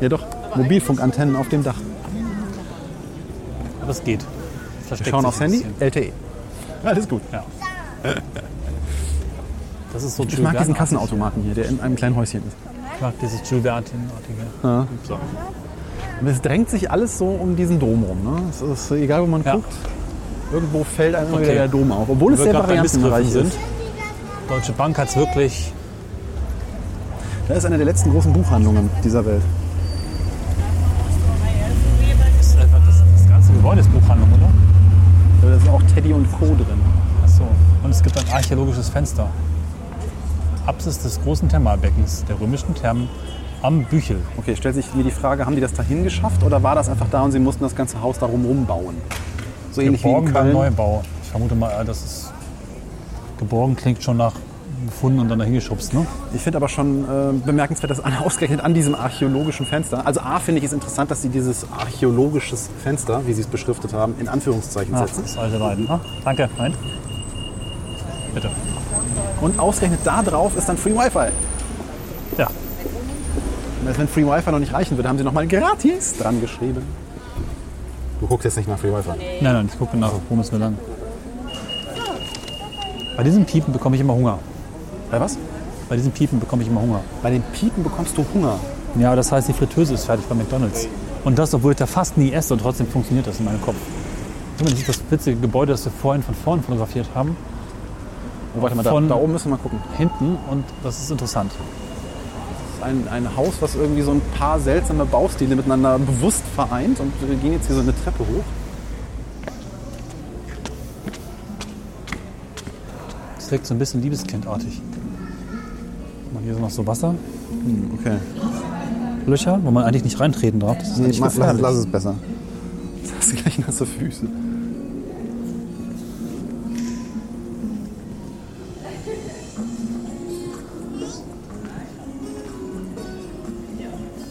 Speaker 3: Ja doch, Mobilfunkantennen auf dem Dach.
Speaker 2: Aber es geht. Versteckt
Speaker 3: Wir schauen
Speaker 2: sich
Speaker 3: aufs
Speaker 2: ein
Speaker 3: Handy, E.
Speaker 2: bisschen.
Speaker 3: LTE. Alles gut.
Speaker 2: Ja. Das ist so
Speaker 3: Ich mag diesen Kassenautomaten hier, der in einem kleinen Häuschen ist.
Speaker 2: Ich mag dieses Jules Verne-artige. So.
Speaker 3: Und es drängt sich alles so um diesen Dom rum. Ne? Es ist egal, wo man
Speaker 2: Ja.
Speaker 3: guckt, irgendwo fällt einem immer
Speaker 2: Okay.
Speaker 3: wieder der Dom auf. Obwohl es
Speaker 2: Wo wir
Speaker 3: sehr
Speaker 2: gerade bei Missgriffen
Speaker 3: variantenreich
Speaker 2: sind.
Speaker 3: ist.
Speaker 2: Deutsche Bank hat es wirklich.
Speaker 3: Das ist eine der letzten großen Buchhandlungen dieser Welt.
Speaker 2: Das, ist einfach das, das ganze Gebäude ist Buchhandlung, oder?
Speaker 3: Da ist auch Teddy und Co. drin.
Speaker 2: Ach so. Und es gibt ein archäologisches Fenster. Apsis des großen Thermalbeckens, der römischen Thermen am Büchel.
Speaker 3: Okay, stellt sich mir die Frage, haben die das dahin geschafft oder war das einfach da und sie mussten das ganze Haus darum rumbauen? So ähnlich wie in
Speaker 2: Geborgen beim
Speaker 3: Köln.
Speaker 2: Neubau. Ich vermute mal, äh, das ist. Geborgen klingt schon nach gefunden und dann dahingeschubst, ne?
Speaker 3: Ich finde aber schon äh, bemerkenswert, dass an, ausgerechnet an diesem archäologischen Fenster, also A finde ich es interessant, dass sie dieses archäologisches Fenster, wie sie es beschriftet haben, in Anführungszeichen
Speaker 2: Ach,
Speaker 3: setzen.
Speaker 2: das alte Leiden. Ah, danke, nein. Bitte.
Speaker 3: Und ausgerechnet da drauf ist dann Free Wi-Fi.
Speaker 2: Ja,
Speaker 3: Und als wenn Free Wi-Fi noch nicht reichen würde, haben sie nochmal gratis dran geschrieben. Du guckst jetzt nicht nach Free Wi-Fi.
Speaker 2: nein, nein, ich gucke nach, wo müssen wir lang. Bei diesem Piepen bekomme ich immer Hunger.
Speaker 3: Bei Äh, was?
Speaker 2: Bei diesem Piepen bekomme ich immer Hunger.
Speaker 3: Bei den Piepen bekommst du Hunger.
Speaker 2: Ja, das heißt, die Fritteuse ist fertig bei McDonalds. Und das, obwohl ich da fast nie esse und trotzdem funktioniert das in meinem Kopf. Guck mal, Das ist das witzige Gebäude, das wir vorhin von vorn fotografiert haben.
Speaker 3: Oh, warte mal, da,
Speaker 2: Von-
Speaker 3: da oben müssen wir mal gucken.
Speaker 2: Hinten und das ist interessant.
Speaker 3: Das ist ein, ein Haus, was irgendwie so ein paar seltsame Baustile miteinander bewusst vereint. Und wir gehen jetzt hier so eine Treppe hoch.
Speaker 2: Das wirkt so ein bisschen Liebeskind-artig. Guck mal, Hier sind noch so Wasserlöcher,
Speaker 3: Okay.
Speaker 2: wo man eigentlich nicht reintreten darf. Das ist
Speaker 7: Nee,
Speaker 2: eigentlich
Speaker 7: mach, lass,
Speaker 2: gefährlich.
Speaker 7: lass es besser.
Speaker 3: Das ist gleich nasse Füße.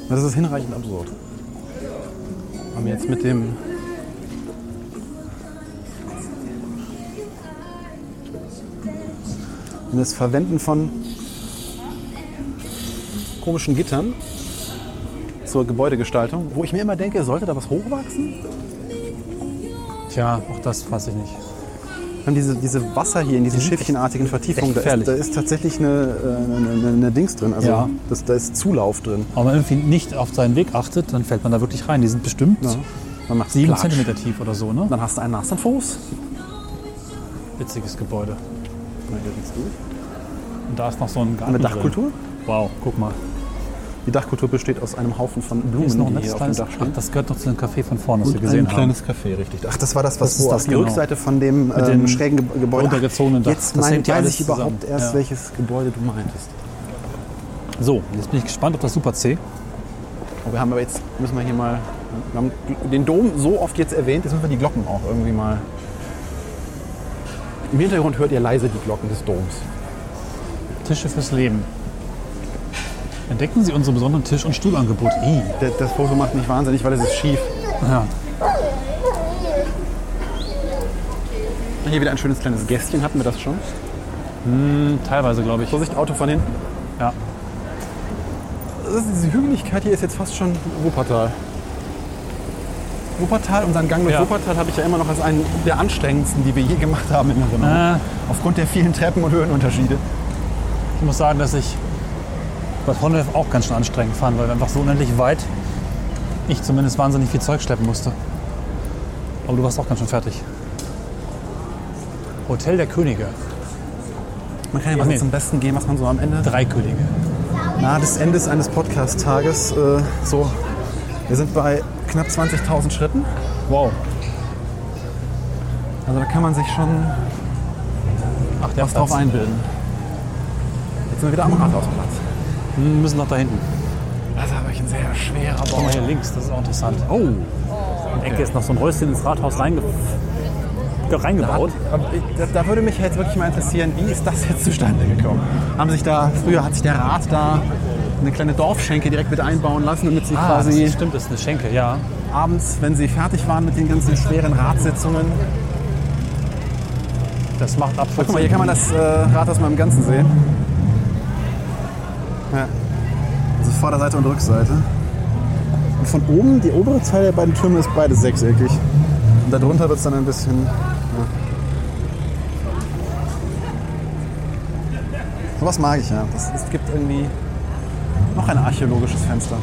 Speaker 3: Das ist hinreichend absurd. Haben wir jetzt mit dem.
Speaker 7: Und das Verwenden von
Speaker 3: komischen Gittern zur Gebäudegestaltung, wo ich mir immer denke, sollte da was hochwachsen?
Speaker 2: Tja, auch das weiß ich nicht.
Speaker 3: Dann diese, diese Wasser hier in diesen schiffchenartigen Vertiefungen, da
Speaker 2: Mhm. gefährlich.
Speaker 3: ist, da ist tatsächlich eine, äh, eine, eine, eine Dings drin. Also
Speaker 2: Ja.
Speaker 3: das, da ist Zulauf drin.
Speaker 2: Aber wenn man irgendwie nicht auf seinen Weg achtet, dann fällt man da wirklich rein. Die sind bestimmt
Speaker 3: Dann macht's
Speaker 2: sieben
Speaker 3: Platsch.
Speaker 2: Zentimeter tief oder so, ne?
Speaker 3: Dann hast du einen nassen Fuß.
Speaker 2: Witziges Gebäude.
Speaker 3: Na, hier geht's durch.
Speaker 2: Und da ist noch so ein Garten.
Speaker 3: Haben wir
Speaker 2: drin.
Speaker 3: Dachkultur?
Speaker 2: Wow, guck mal.
Speaker 3: Die Dachkultur besteht aus einem Haufen von
Speaker 2: Hier ist
Speaker 3: Blumen,
Speaker 2: noch ein
Speaker 3: die
Speaker 2: letztes
Speaker 3: hier auf dem
Speaker 2: kleines.
Speaker 3: Dach
Speaker 2: Ach,
Speaker 3: stehen.
Speaker 2: das gehört noch zu dem Café von vorne, was wir gesehen haben.
Speaker 3: Café, richtig.
Speaker 7: Ach, das war das, was
Speaker 2: Das ist
Speaker 7: wo
Speaker 2: das,
Speaker 7: auf der
Speaker 2: genau.
Speaker 7: Rückseite von dem
Speaker 2: den
Speaker 7: ähm, schrägen Ge Gebäude.
Speaker 2: runtergezogenen Dach.
Speaker 7: Jetzt
Speaker 2: Das
Speaker 7: mein,
Speaker 2: hängt ja
Speaker 7: weiß
Speaker 2: alles
Speaker 7: ich überhaupt
Speaker 2: zusammen.
Speaker 7: erst,
Speaker 2: Ja.
Speaker 7: welches Gebäude du meintest.
Speaker 2: So, jetzt bin ich gespannt, ob das Super C.
Speaker 3: Oh, wir haben aber jetzt, müssen wir hier mal, wir haben den Dom so oft jetzt erwähnt, jetzt müssen wir die Glocken auch irgendwie mal. Im Hintergrund hört ihr leise die Glocken des Doms.
Speaker 2: Tische fürs Leben. Entdecken Sie unsere besonderen Tisch- und Stuhlangebot. I.
Speaker 3: Das, das Foto macht mich wahnsinnig, weil es ist schief.
Speaker 2: Ja.
Speaker 3: Hier wieder ein schönes kleines Gästchen, hatten wir das schon.
Speaker 2: Hm, Teilweise, glaube ich.
Speaker 3: Vorsicht, Auto von hinten.
Speaker 2: Ja.
Speaker 3: Das ist, diese Hügeligkeit hier ist jetzt fast schon Wuppertal. Wuppertal, unseren Gang durch
Speaker 2: Ja.
Speaker 3: Wuppertal habe ich ja immer noch als einen der anstrengendsten, die wir je gemacht haben, in Erinnerung.
Speaker 2: Äh,
Speaker 3: Aufgrund der vielen Treppen und Höhenunterschiede.
Speaker 2: ich muss sagen, dass ich Bad Honnef auch ganz schön anstrengend fand, weil wir einfach so unendlich weit ich zumindest wahnsinnig viel Zeug schleppen musste. Aber du warst auch ganz schön fertig. Hotel der Könige.
Speaker 3: Man kann ja
Speaker 2: Ach
Speaker 3: mal
Speaker 2: nee.
Speaker 3: so zum Besten gehen, was man so am Ende
Speaker 2: Drei Könige.
Speaker 3: nahe des Endes eines Podcast-Tages äh, so. Wir sind bei knapp 20.000 Schritten.
Speaker 2: Wow.
Speaker 3: Also da kann man sich schon
Speaker 2: Ach, der
Speaker 3: was drauf
Speaker 2: Platz.
Speaker 3: einbilden. Jetzt sind wir wieder am Rathausplatz.
Speaker 2: Wir Hm, müssen noch da hinten.
Speaker 3: Das ist aber ein sehr schwerer
Speaker 2: Guck
Speaker 3: Baum.
Speaker 2: mal hier links, das ist auch interessant. Oh, in der Ecke ist noch so ein Häuschen ins Rathaus reinge reingebaut.
Speaker 3: Aber ich- äh, Da, da würde mich jetzt wirklich mal interessieren, wie ist das jetzt zustande gekommen? Haben sich da, früher hat sich der Rat da eine kleine Dorfschenke direkt mit einbauen lassen, damit sie
Speaker 2: Ah, das
Speaker 3: quasi
Speaker 2: stimmt, das ist eine Schenke, ja.
Speaker 3: abends, wenn sie fertig waren mit den ganzen schweren Ratssitzungen.
Speaker 2: Das macht absolut
Speaker 3: Guck mal, hier kann man das äh, Rathaus mal im Ganzen sehen.
Speaker 7: Also Vorderseite und Rückseite. Und von oben, die obere Teil der beiden Türme ist beides sechseckig. Und darunter wird es dann ein bisschen. Ja. Sowas mag ich ja. Das,
Speaker 3: Es gibt irgendwie noch ein archäologisches Fenster.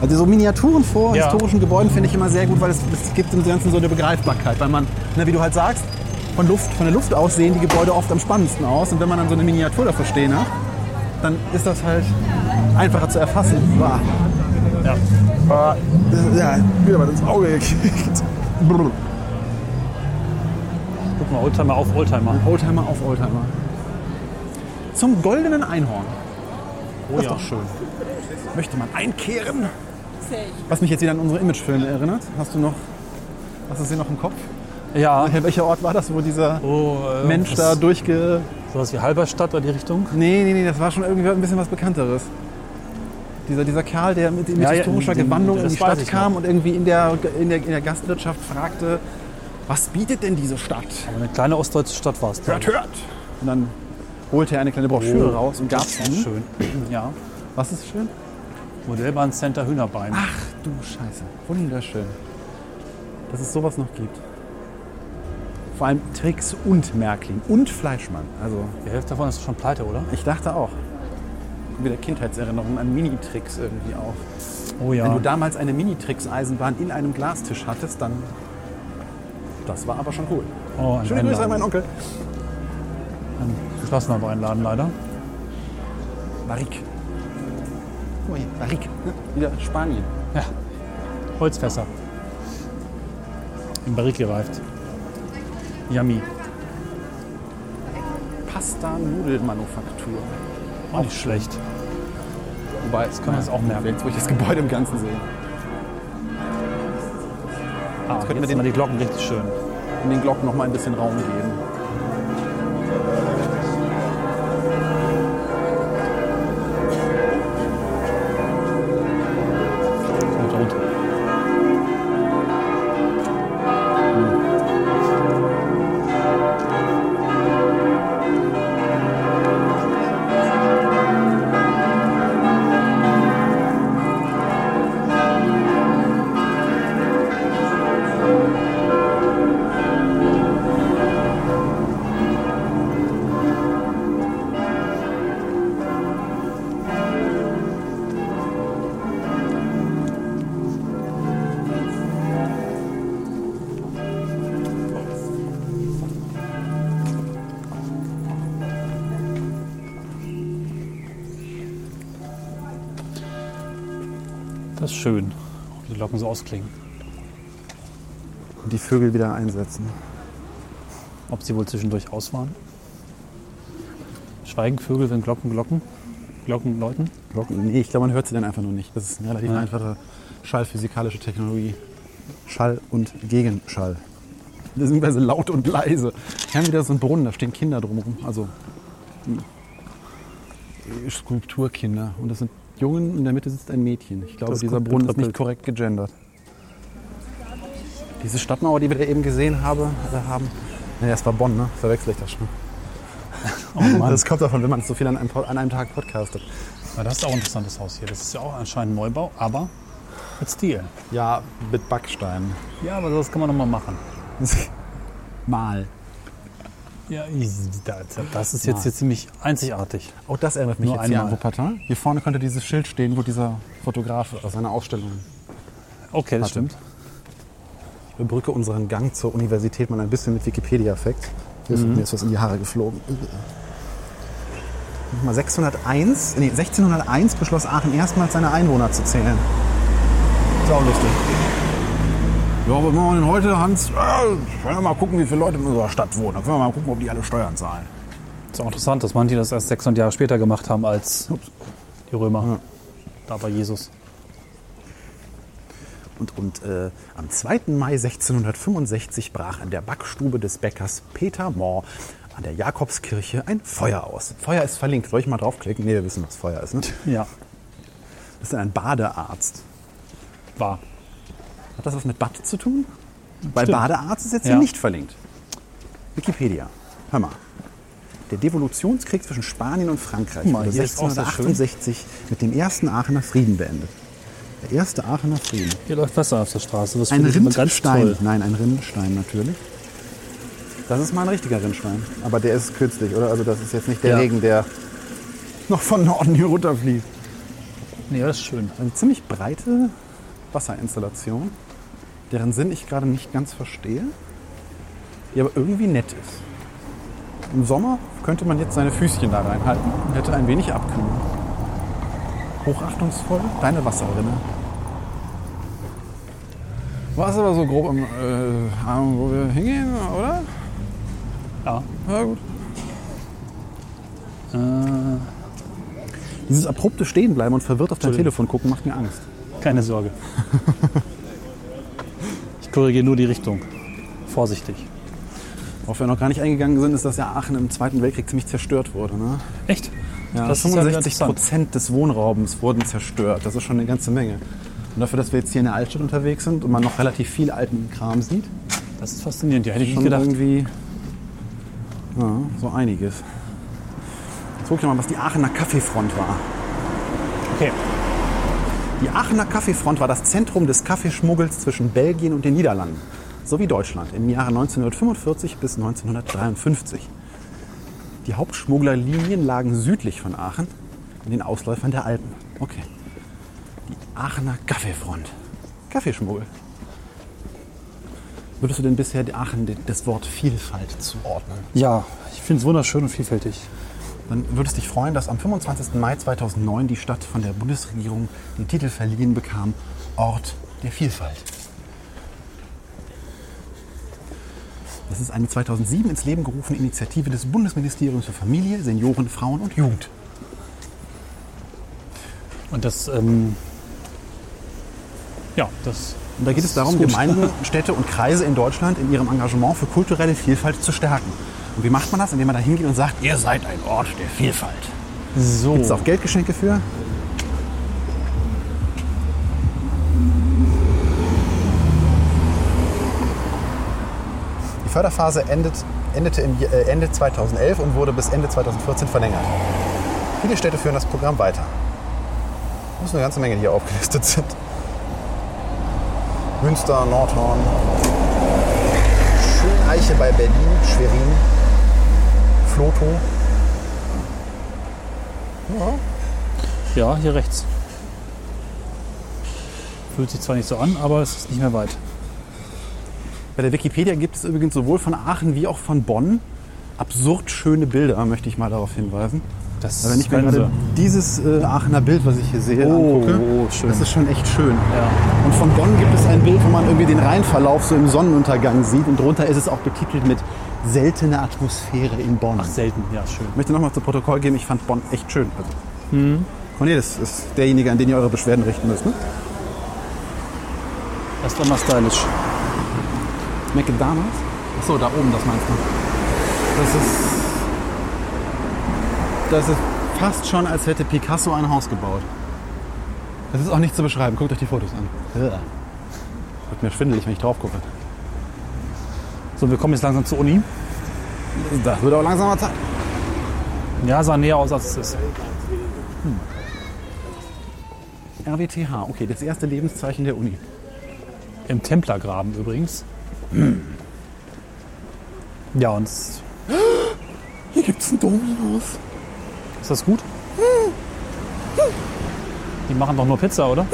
Speaker 7: also so Miniaturen vor
Speaker 2: Ja.
Speaker 7: historischen
Speaker 3: historischen Gebäuden finde ich immer sehr gut, weil es, es gibt im Ganzen so eine Begreifbarkeit. Weil man, ne, wie du halt sagst, von, Luft, von der Luft aus sehen die Gebäude oft am spannendsten aus. Und wenn man dann so eine Miniatur dafür stehen hat, dann ist das halt einfacher zu erfassen. Wow.
Speaker 2: Ja.
Speaker 7: Ja, wieder mal ins Auge gekriegt. Brr.
Speaker 2: Guck mal, Oldtimer auf Oldtimer.
Speaker 3: Oldtimer auf Oldtimer. Zum goldenen Einhorn.
Speaker 2: Oh
Speaker 3: Das ist
Speaker 2: ja.
Speaker 3: doch schön. Möchte man einkehren? Was mich jetzt wieder an unsere Imagefilme erinnert. Hast du noch, hast du sie noch im Kopf?
Speaker 2: Ja.
Speaker 3: Welcher Ort war das, wo dieser
Speaker 2: Oh, äh,
Speaker 3: Mensch da
Speaker 2: das-
Speaker 3: durchge...
Speaker 2: Sowas wie Halberstadt oder die Richtung?
Speaker 3: Nee, nee, nee, das war schon irgendwie ein bisschen was Bekannteres. Dieser, dieser Kerl, der mit, mit
Speaker 2: Ja, ja,
Speaker 3: historischer
Speaker 2: den-
Speaker 3: Gewandung in
Speaker 2: das
Speaker 3: die
Speaker 2: weiß
Speaker 3: Stadt
Speaker 2: ich
Speaker 3: kam und irgendwie in der, in, der, in der Gastwirtschaft fragte, was bietet denn diese Stadt?
Speaker 2: Eine kleine ostdeutsche Stadt war es. glaub
Speaker 3: Hört, hört! Und dann holte er eine kleine Broschüre
Speaker 2: Oh,
Speaker 3: raus und gab
Speaker 2: ich.
Speaker 3: es
Speaker 2: Schön. Ja.
Speaker 3: Was ist schön?
Speaker 2: Modellbahn Center Hühnerbein.
Speaker 3: Ach du Scheiße, wunderschön. Dass es sowas noch gibt. Vor allem Trix und Märklin und Fleischmann. Also
Speaker 2: Die Hälfte davon ist schon pleite, oder?
Speaker 3: ich dachte auch. Wieder Kindheitserinnerungen an Minitricks irgendwie auch.
Speaker 2: Oh ja.
Speaker 3: Wenn du damals eine Minitricks-Eisenbahn in einem Glastisch hattest, dann. Das war aber schon cool.
Speaker 2: oh, ein
Speaker 3: Schöne Grüße an
Speaker 2: Weinladen.
Speaker 3: meinen Onkel.
Speaker 2: Ein geschlossener Weinladen leider.
Speaker 3: Barik. Ui, Barik. ne? Wieder Spanien.
Speaker 2: Ja. Holzfässer. Im Barrik gereift. Yummy.
Speaker 3: Pasta-Nudelmanufaktur.
Speaker 2: Auch nicht schlecht.
Speaker 3: Wobei, das
Speaker 2: kann man jetzt auch merken.
Speaker 3: Jetzt, wo ich das Gebäude im Ganzen sehe.
Speaker 2: Ah, jetzt
Speaker 3: könnten wir
Speaker 2: wir
Speaker 3: den-
Speaker 2: mal die Glocken richtig schön.
Speaker 3: Und den Glocken noch mal ein bisschen Raum geben.
Speaker 2: Und runter. Das ist schön, wie die Glocken so ausklingen.
Speaker 7: Und die Vögel wieder einsetzen.
Speaker 2: Ob sie wohl zwischendurch aus waren? Schweigen Vögel, wenn Glocken glocken? Glocken läuten?
Speaker 3: Glocken? Nee, ich glaube, man hört sie dann einfach nur nicht. Das ist eine relativ
Speaker 2: Ja.
Speaker 3: einfache schallphysikalische Technologie.
Speaker 7: Schall und Gegenschall.
Speaker 3: Beziehungsweise laut und leise. Wir haben wieder so einen Brunnen, da stehen Kinder drumherum. Also mh, Skulpturkinder. Und das sind Jungen und in der Mitte sitzt ein Mädchen. Ich glaube,
Speaker 7: Das ist
Speaker 3: dieser
Speaker 7: gut
Speaker 3: Brunnen ist
Speaker 7: getrippelt.
Speaker 3: nicht korrekt gegendert. Diese Stadtmauer, die wir da eben gesehen habe, äh, haben. Naja, es war Bonn, ne? Verwechsel ich das schon.
Speaker 2: Oh Mann,
Speaker 3: Das kommt davon, wenn man so viel an einem, Pod- an einem Tag podcastet.
Speaker 2: Na, das ist auch ein interessantes Haus hier. Das ist ja auch anscheinend Neubau, aber mit Stil.
Speaker 3: Ja, mit Backstein.
Speaker 2: Ja, aber sowas kann man nochmal machen.
Speaker 3: Mal.
Speaker 2: Ja, ich- da- das ist jetzt
Speaker 3: Also Mal.
Speaker 2: hier ziemlich einzigartig.
Speaker 3: Auch das erinnert mich
Speaker 2: Nur
Speaker 3: jetzt hier an
Speaker 2: einmal.
Speaker 3: Wuppertal. Hier vorne könnte dieses Schild stehen, wo dieser Fotograf aus seiner Ausstellung
Speaker 2: Okay, das
Speaker 3: Warte.
Speaker 2: stimmt.
Speaker 3: Ich überbrücke unseren Gang zur Universität mal ein bisschen mit Wikipedia-Effekt.
Speaker 7: Hier
Speaker 2: Mhm.
Speaker 7: ist mir ist was in die Haare geflogen.
Speaker 3: Mal 601, nee, 1601 beschloss Aachen erstmals seine Einwohner zu zählen. Sau lustig. Ja, was machen wir denn heute, Hans? Äh, wollen wir mal gucken, wie viele Leute in unserer Stadt wohnen. Dann können wir mal gucken, ob die alle Steuern zahlen.
Speaker 2: Ist auch interessant, dass manche das erst 600 Jahre später gemacht haben als
Speaker 3: Ups.
Speaker 2: die Römer. Da war Jesus.
Speaker 3: Und, und äh, am 2. Mai 1665 brach in der Backstube des Bäckers Peter Mohr an der Jakobskirche ein Feuer aus. Feuer ist verlinkt. Soll ich mal draufklicken? Nee, wir wissen, was Feuer ist. Ne?
Speaker 2: Ja,
Speaker 3: Das ist ein Badearzt.
Speaker 2: war.
Speaker 3: Hat das was mit Bad zu tun? Bei
Speaker 2: Stimmt.
Speaker 3: Badearzt ist jetzt
Speaker 2: Ja.
Speaker 3: hier nicht verlinkt. Wikipedia. Hör mal. Der Devolutionskrieg zwischen Spanien und Frankreich
Speaker 2: Guck mal,
Speaker 3: wurde
Speaker 2: hier ist auch sehr
Speaker 3: 1668 mit dem ersten Aachener Frieden beendet. Der erste Aachener Frieden.
Speaker 2: Hier läuft Wasser auf der Straße. Das
Speaker 3: Ein
Speaker 2: finde ich immer ganz
Speaker 3: Rindstein.
Speaker 2: toll.
Speaker 3: Nein, ein Rindstein natürlich. Das ist mal ein richtiger Rindstein.
Speaker 7: Aber der ist kürzlich, oder? Also das ist jetzt nicht der
Speaker 2: Ja.
Speaker 7: Regen, der
Speaker 3: Noch von Norden hier runterfließt.
Speaker 2: Nee, das ist schön.
Speaker 3: Eine ziemlich breite Wasserinstallation, deren Sinn ich gerade nicht ganz verstehe, die aber irgendwie nett ist. Im Sommer könnte man jetzt seine Füßchen da reinhalten und hätte ein wenig Abkühlung. Hochachtungsvoll, deine Wasserrinne. War es aber so grob im äh, Ahnung, wo wir hingehen, oder?
Speaker 2: Ja.
Speaker 3: Ja, gut. Äh, Dieses abrupte Stehenbleiben und verwirrt auf dein Telefon gucken macht mir Angst.
Speaker 2: Keine Sorge. ich korrigiere nur die Richtung. Vorsichtig.
Speaker 3: Worauf wir noch gar nicht eingegangen sind, ist, dass ja Aachen im Zweiten Weltkrieg ziemlich zerstört wurde. Ne?
Speaker 2: Echt?
Speaker 3: Ja,
Speaker 2: das ist ja wieder
Speaker 3: 65
Speaker 2: interessant.
Speaker 3: Prozent des Wohnraums wurden zerstört. Das ist schon eine ganze Menge. Und dafür, dass wir jetzt hier in der Altstadt unterwegs sind und man noch relativ viel alten Kram sieht,
Speaker 2: Das ist faszinierend. Ja, hätte ich nicht
Speaker 3: schon
Speaker 2: gedacht.
Speaker 3: irgendwie ja, so einiges. Jetzt guck ich mal, was die Aachener Kaffeefront war.
Speaker 2: Okay.
Speaker 3: Die Aachener Kaffeefront war das Zentrum des Kaffeeschmuggels zwischen Belgien und den Niederlanden. sowie Deutschland im Jahre 1945 bis 1953. Die Hauptschmugglerlinien lagen südlich von Aachen in den Ausläufern der Alpen. Okay. Die Aachener Kaffeefront. Kaffeeschmuggel. Würdest du denn bisher Aachen de- das Wort Vielfalt zuordnen?
Speaker 2: Ja, ich finde es wunderschön und vielfältig.
Speaker 3: Dann würde es dich freuen, dass am 25. Mai 2009 die Stadt von der Bundesregierung den Titel verliehen bekam, Ort der Vielfalt. Das ist eine 2007 ins Leben gerufene Initiative des Bundesministeriums für Familie, Senioren, Frauen und Jugend.
Speaker 2: Und das, ähm, ja, das.
Speaker 3: Und da geht es darum,
Speaker 2: ist gut.
Speaker 3: Gemeinden, Städte und Kreise in Deutschland in ihrem Engagement für kulturelle Vielfalt zu stärken. Und wie macht man das? Indem man da hingeht und sagt, ihr seid ein Ort der Vielfalt.
Speaker 2: So.
Speaker 3: Gibt es auch Geldgeschenke für? Die Förderphase endet, endete im, Je- äh, Ende 2011 und wurde bis Ende 2014 verlängert. Viele Städte führen das Programm weiter. Das ist eine ganze Menge, die hier aufgelistet sind. Münster, Nordhorn, Schöneiche bei Berlin, Schwerin, Flotow.
Speaker 2: Ja, hier rechts. Fühlt sich zwar nicht so an, aber es ist nicht mehr weit.
Speaker 3: Bei der Wikipedia gibt es übrigens sowohl von Aachen wie auch von Bonn absurd schöne Bilder, möchte ich mal darauf hinweisen.
Speaker 2: Das
Speaker 3: Also wenn ich mir
Speaker 2: können
Speaker 3: gerade dieses äh, Aachener Bild, was ich hier sehe,
Speaker 2: Oh,
Speaker 3: angucke,
Speaker 2: oh, schön.
Speaker 3: das ist schon echt schön.
Speaker 2: Ja.
Speaker 3: Und von Bonn gibt es ein Bild, wo man irgendwie den Rheinverlauf so im Sonnenuntergang sieht und drunter ist es auch betitelt mit seltene Atmosphäre in Bonn.
Speaker 2: sie. Selten, ja, schön.
Speaker 3: Ich möchte nochmal zu Protokoll geben, ich fand Bonn echt schön. Also,
Speaker 2: Hm.
Speaker 3: Cornelis ist derjenige, an den ihr eure Beschwerden richten müsst. Ne?
Speaker 2: Das ist immer stylisch.
Speaker 3: McDonalds? Achso, da oben, das meinst du. Das ist. Das ist fast schon, als hätte Picasso ein Haus gebaut. Das ist auch nicht zu beschreiben. Guckt euch die Fotos an. Wird mir schwindelig, wenn ich drauf gucke.
Speaker 2: So, wir kommen jetzt langsam zur Uni.
Speaker 3: Das wird auch langsamer Zeit.
Speaker 2: Ja, sah näher aus, als es ist.
Speaker 3: RWTH, Ah, okay, das erste Lebenszeichen der Uni.
Speaker 2: Im Templergraben übrigens. Ja, und s-
Speaker 3: Hier gibt's ein Dominos.
Speaker 2: ist das gut? Die machen doch nur Pizza, oder?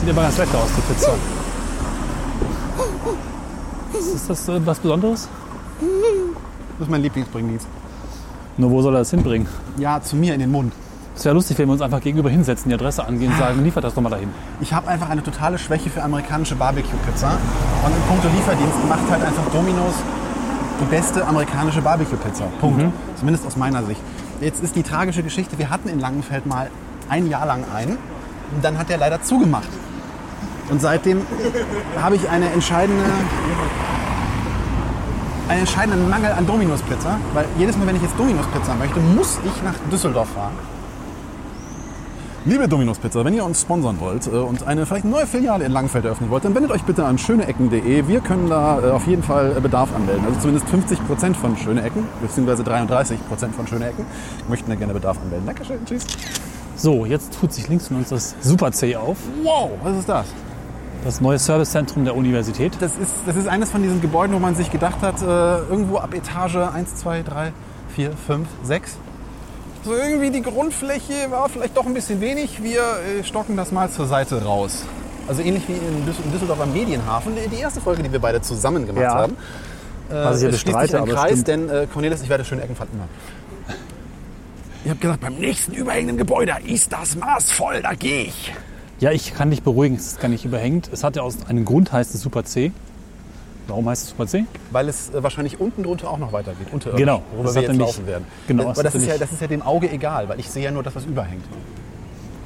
Speaker 2: Sieht aber ganz lecker aus, die Pizza. Ist ist das äh, was Besonderes?
Speaker 3: Das ist mein Lieblingsbringdienst.
Speaker 2: Nur wo soll er das hinbringen?
Speaker 3: Ja, zu mir in den Mund.
Speaker 2: Es wäre lustig, wenn wir uns einfach gegenüber hinsetzen, die Adresse angehen und sagen, liefert das doch mal dahin.
Speaker 3: Ich habe einfach eine totale Schwäche für amerikanische Barbecue-Pizza. Und in puncto Lieferdienst macht halt einfach Domino's die beste amerikanische Barbecue-Pizza. Punkt. Zumindest aus meiner Sicht. Jetzt ist die tragische Geschichte, wir hatten in Langenfeld mal ein Jahr lang einen. Und dann hat der leider zugemacht. Und seitdem habe ich eine entscheidende, einen entscheidenden Mangel an Domino's-Pizza. Weil jedes Mal, wenn ich jetzt Domino's-Pizza möchte, muss ich nach Düsseldorf fahren. Liebe Dominos Pizza, wenn ihr uns sponsern wollt äh, und eine vielleicht neue Filiale in Langenfeld eröffnen wollt, dann wendet euch bitte an schöneecken.de. Wir können da äh, auf jeden Fall äh, Bedarf anmelden. Also zumindest 50 Prozent von Schöneecken, beziehungsweise 33 Prozent von Schöneecken, möchten da gerne Bedarf anmelden. Dankeschön, tschüss.
Speaker 2: So, jetzt tut sich links von uns das Super C auf.
Speaker 3: Wow, was ist das?
Speaker 2: Das neue Servicezentrum der Universität.
Speaker 3: Das ist, das ist eines von diesen Gebäuden, wo man sich gedacht hat, äh, irgendwo ab Etage 1, 2, 3, 4, 5, 6. So irgendwie die Grundfläche war vielleicht doch ein bisschen wenig. Wir äh, stocken das mal zur Seite raus. Also ähnlich wie in Düssel- in Düsseldorf am Medienhafen. Die- Die erste Folge, die wir beide zusammen gemacht
Speaker 2: Ja.
Speaker 3: haben. äh,
Speaker 2: Was ich ja
Speaker 3: es schließt
Speaker 2: bestreite,
Speaker 3: sich ein
Speaker 2: aber
Speaker 3: Kreis,
Speaker 2: stimmt.
Speaker 3: denn äh, Cornelis, ich werde schöne Ecken fand immer. Ich habe gesagt, beim nächsten überhängenden Gebäude ist das Maß voll, da gehe ich.
Speaker 2: Ja, ich kann dich beruhigen, es ist gar nicht überhängt. Es hat ja aus einem Grund heißt es Super C. Warum heißt es Super C?
Speaker 3: Weil es äh, wahrscheinlich unten drunter auch noch weitergeht. Unterirdisch,
Speaker 2: Genau.
Speaker 3: Worüber
Speaker 2: Das
Speaker 3: wir
Speaker 2: hat
Speaker 3: jetzt
Speaker 2: nämlich-
Speaker 3: laufen werden.
Speaker 2: genau,
Speaker 3: Das,
Speaker 2: das
Speaker 3: aber das
Speaker 2: hat
Speaker 3: ist, ja,
Speaker 2: nämlich-
Speaker 3: das ist ja dem Auge egal, weil ich sehe ja nur das, was überhängt.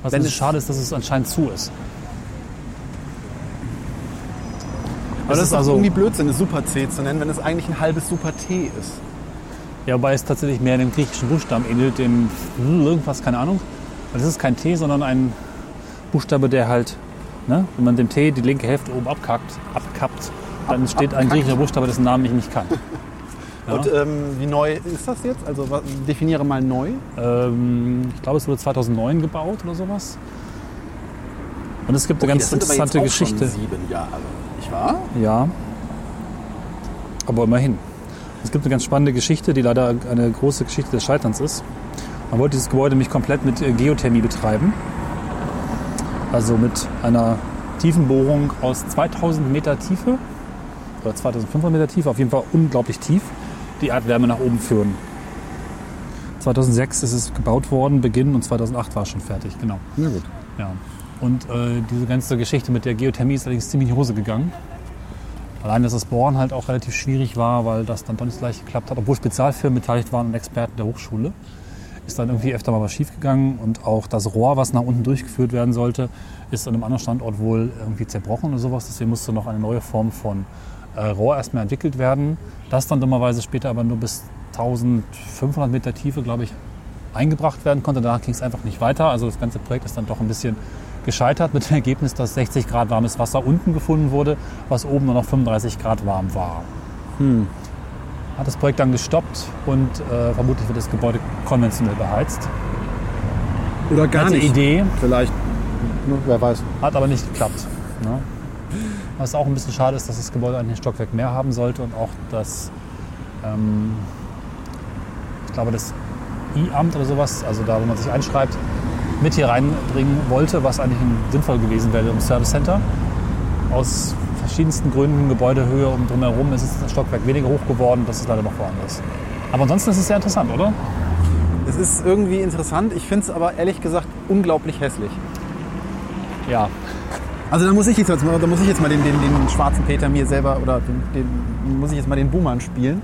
Speaker 2: Was
Speaker 3: Wenn
Speaker 2: ist
Speaker 3: es-
Speaker 2: schade ist, dass es anscheinend zu ist.
Speaker 3: Aber das ist also irgendwie Blödsinn, es Super C zu nennen, wenn es eigentlich ein halbes Super T ist.
Speaker 2: ja, wobei es tatsächlich mehr dem griechischen Buchstaben ähnelt, dem irgendwas, keine Ahnung. Und es ist kein T, sondern ein Buchstabe, der halt, ne, wenn man dem T die linke Hälfte oben abkackt, abkappt, dann steht ein
Speaker 3: abkackt.
Speaker 2: griechischer Buchstabe, dessen Namen ich nicht kann.
Speaker 3: Und ähm, wie neu ist das jetzt? Also wa- definiere mal neu.
Speaker 2: Ähm, ich glaube, es wurde 2009 gebaut oder sowas. Und es gibt eine ganz
Speaker 3: das sind aber jetzt
Speaker 2: interessante
Speaker 3: auch
Speaker 2: Geschichte.
Speaker 3: Schon sieben Jahre. Ich war?
Speaker 2: Ja. Aber immerhin. Es gibt eine ganz spannende Geschichte, die leider eine große Geschichte des Scheiterns ist. Man wollte dieses Gebäude nämlich komplett mit äh, Geothermie betreiben. Also mit einer Tiefenbohrung aus 2000 Meter Tiefe oder 2500 Meter Tiefe, auf jeden Fall unglaublich tief, die Erdwärme nach oben führen. 2006 ist es gebaut worden, Beginn und 2008 war es schon fertig, genau.
Speaker 7: Na gut.
Speaker 2: Ja. Und äh, diese ganze Geschichte mit der Geothermie ist allerdings ziemlich in die Hose gegangen. Allein, dass das Bohren halt auch relativ schwierig war, weil das dann doch nicht so leicht geklappt hat, obwohl Spezialfirmen beteiligt waren und Experten der Hochschule, ist dann irgendwie öfter mal was schiefgegangen und auch das Rohr, was nach unten durchgeführt werden sollte, ist an einem anderen Standort wohl irgendwie zerbrochen oder sowas. Deswegen musste noch eine neue Form von äh, Rohr erstmal entwickelt werden. Das dann dummerweise später aber nur bis 1500 Meter Tiefe, glaube ich, eingebracht werden konnte. Danach ging es einfach nicht weiter. Also das ganze Projekt ist dann doch ein bisschen gescheitert mit dem Ergebnis, dass 60 Grad warmes Wasser unten gefunden wurde, was oben nur noch 35 Grad warm war.
Speaker 7: Hm.
Speaker 2: Hat das Projekt dann gestoppt und äh, vermutlich wird das Gebäude konventionell beheizt.
Speaker 7: Oder gar
Speaker 2: Nette
Speaker 7: nicht.
Speaker 2: Idee,
Speaker 7: Vielleicht. Ne, wer weiß.
Speaker 2: hat aber nicht geklappt. Ne? Was auch ein bisschen schade ist, dass das Gebäude eigentlich ein Stockwerk mehr haben sollte und auch das, ähm, ich glaube, das I-Amt oder sowas, also da, wo man sich einschreibt, mit hier reinbringen wollte, was eigentlich sinnvoll gewesen wäre im Service Center. Aus verschiedensten Gründen, Gebäudehöhe und drumherum ist es ein Stockwerk weniger hoch geworden, das ist leider noch woanders. Aber ansonsten ist es sehr interessant, oder?
Speaker 3: Es ist irgendwie interessant. Ich finde es aber ehrlich gesagt unglaublich hässlich.
Speaker 2: Ja.
Speaker 3: Also da muss ich jetzt, mal- da muss ich jetzt mal den, den, den schwarzen Peter mir selber oder den, den muss ich jetzt mal den Boomer spielen.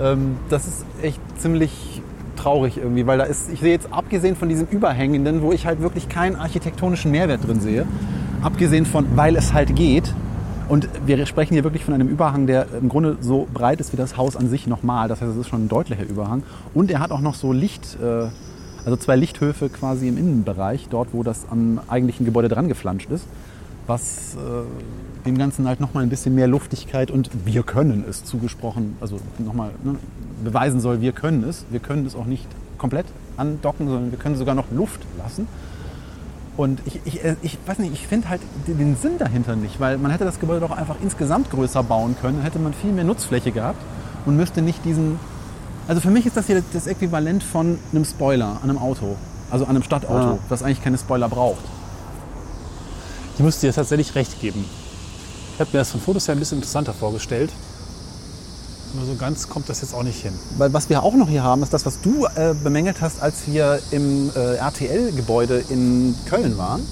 Speaker 3: Ähm, das ist echt ziemlich traurig irgendwie, weil da ist, ich sehe jetzt abgesehen von diesem Überhängenden, wo ich halt wirklich keinen architektonischen Mehrwert drin sehe, abgesehen von, weil es halt geht. Und wir sprechen hier wirklich von einem Überhang, der im Grunde so breit ist wie das Haus an sich nochmal. Das heißt, es ist schon ein deutlicher Überhang. Und er hat auch noch so Licht, äh, also zwei Lichthöfe quasi im Innenbereich, dort wo das am eigentlichen Gebäude dran geflanscht ist was äh, dem Ganzen halt nochmal ein bisschen mehr Luftigkeit und wir können es zugesprochen, also nochmal ne, beweisen soll, wir können es. Wir können es auch nicht komplett andocken, sondern wir können sogar noch Luft lassen. Und ich, ich, äh, ich weiß nicht, ich finde halt den- den Sinn dahinter nicht, weil man hätte das Gebäude doch einfach insgesamt größer bauen können, dann hätte man viel mehr Nutzfläche gehabt und müsste nicht diesen. Also für mich ist das hier das Äquivalent von einem Spoiler an einem Auto, also an einem Stadtauto,
Speaker 7: Ah.
Speaker 3: das eigentlich keine Spoiler braucht.
Speaker 2: Ich muss dir tatsächlich recht geben. Ich habe mir das von Fotos her ein bisschen interessanter vorgestellt. Nur so ganz kommt das jetzt auch nicht hin.
Speaker 3: Weil was wir auch noch hier haben, ist das, was du äh, bemängelt hast, als wir im äh, RTL-Gebäude in Köln waren.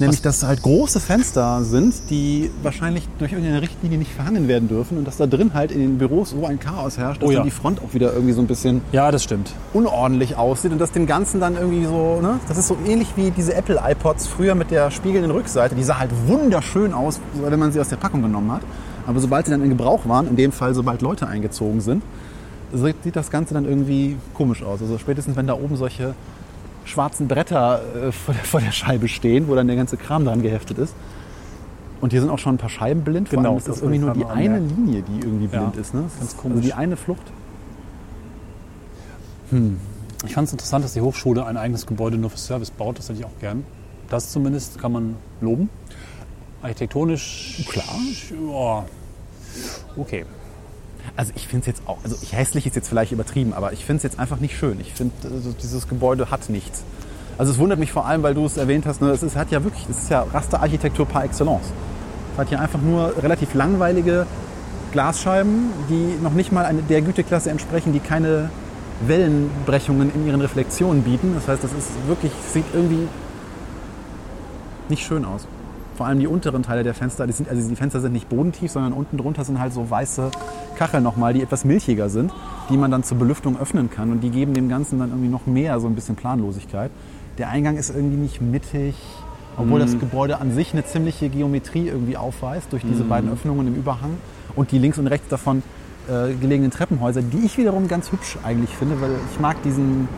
Speaker 3: Nämlich, dass halt große Fenster sind, die wahrscheinlich durch irgendeine Richtlinie nicht verhandeln werden dürfen und dass da drin halt in den Büros so ein Chaos herrscht, dass
Speaker 2: Oh ja.
Speaker 3: dann die Front auch wieder irgendwie so ein bisschen
Speaker 2: Ja, das stimmt.
Speaker 3: unordentlich aussieht und dass dem Ganzen dann irgendwie so, ne? Das ist so ähnlich wie diese Apple iPods früher mit der spiegelnden Rückseite. Die sah halt wunderschön aus, wenn man sie aus der Packung genommen hat. Aber sobald sie dann in Gebrauch waren, in dem Fall sobald Leute eingezogen sind, sieht sieht das Ganze dann irgendwie komisch aus. Also spätestens wenn da oben solche schwarzen Bretter äh, vor, der, vor der Scheibe stehen, wo dann der ganze Kram dran geheftet ist. Und hier sind auch schon ein paar Scheiben blind. Vor
Speaker 2: Genau,
Speaker 3: allem ist das,
Speaker 2: das
Speaker 3: irgendwie nur
Speaker 2: wollte
Speaker 3: die
Speaker 2: ich gerade
Speaker 3: eine Linie, die irgendwie
Speaker 2: Ja,
Speaker 3: blind ist. Ne? Das
Speaker 2: ganz
Speaker 3: ist
Speaker 2: komisch.
Speaker 3: Also die eine Flucht.
Speaker 2: Ich fand es interessant, dass die Hochschule ein eigenes Gebäude nur für Service baut. Das hätte ich auch gern. Das zumindest kann man loben. Architektonisch. Klar. Ja. Okay.
Speaker 3: Also ich finde es jetzt auch, also ich, hässlich ist jetzt vielleicht übertrieben, aber ich finde es jetzt einfach nicht schön. Ich finde, also dieses Gebäude hat nichts. Also es wundert mich vor allem, weil du es erwähnt hast, ne, es ist, hat ja wirklich, es ist ja Rasterarchitektur par excellence. Es hat ja einfach nur relativ langweilige Glasscheiben, die noch nicht mal eine, der Güteklasse entsprechen, die keine Wellenbrechungen in ihren Reflexionen bieten. Das heißt, das ist wirklich, sieht irgendwie nicht schön aus. Vor allem die unteren Teile der Fenster, die sind, also die Fenster sind nicht bodentief, sondern unten drunter sind halt so weiße Kacheln nochmal, die etwas milchiger sind, die man dann zur Belüftung öffnen kann und die geben dem Ganzen dann irgendwie noch mehr so ein bisschen Planlosigkeit. Der Eingang ist irgendwie nicht mittig, obwohl das Gebäude an sich eine ziemliche Geometrie irgendwie aufweist durch diese beiden Öffnungen im Überhang und die links und rechts davon äh, gelegenen Treppenhäuser, die ich wiederum ganz hübsch eigentlich finde, weil ich mag diesen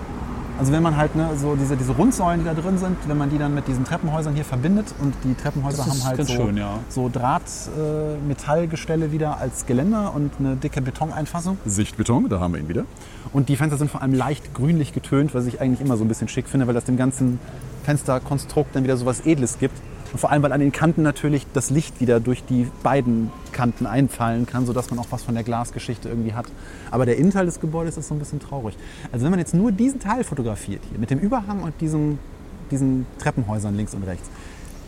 Speaker 3: Also wenn man halt ne, so diese, diese Rundsäulen, die da drin sind, wenn man die dann mit diesen Treppenhäusern hier verbindet und die Treppenhäuser
Speaker 2: Das ist
Speaker 3: haben halt
Speaker 2: ganz
Speaker 3: so,
Speaker 2: schön, ja.
Speaker 3: so Draht-Metallgestelle wieder als Geländer und eine dicke Betoneinfassung. Sichtbeton, da haben wir ihn wieder. Und die Fenster sind vor allem leicht grünlich getönt, was ich eigentlich immer so ein bisschen schick finde, weil das dem ganzen Fensterkonstrukt dann wieder so was Edles gibt. Und vor allem, weil an den Kanten natürlich das Licht wieder durch die beiden Kanten einfallen kann, sodass man auch was von der Glasgeschichte irgendwie hat. Aber der Innenteil des Gebäudes ist so ein bisschen traurig. Also wenn man jetzt nur diesen Teil fotografiert, hier mit dem Überhang und diesem, diesen Treppenhäusern links und rechts,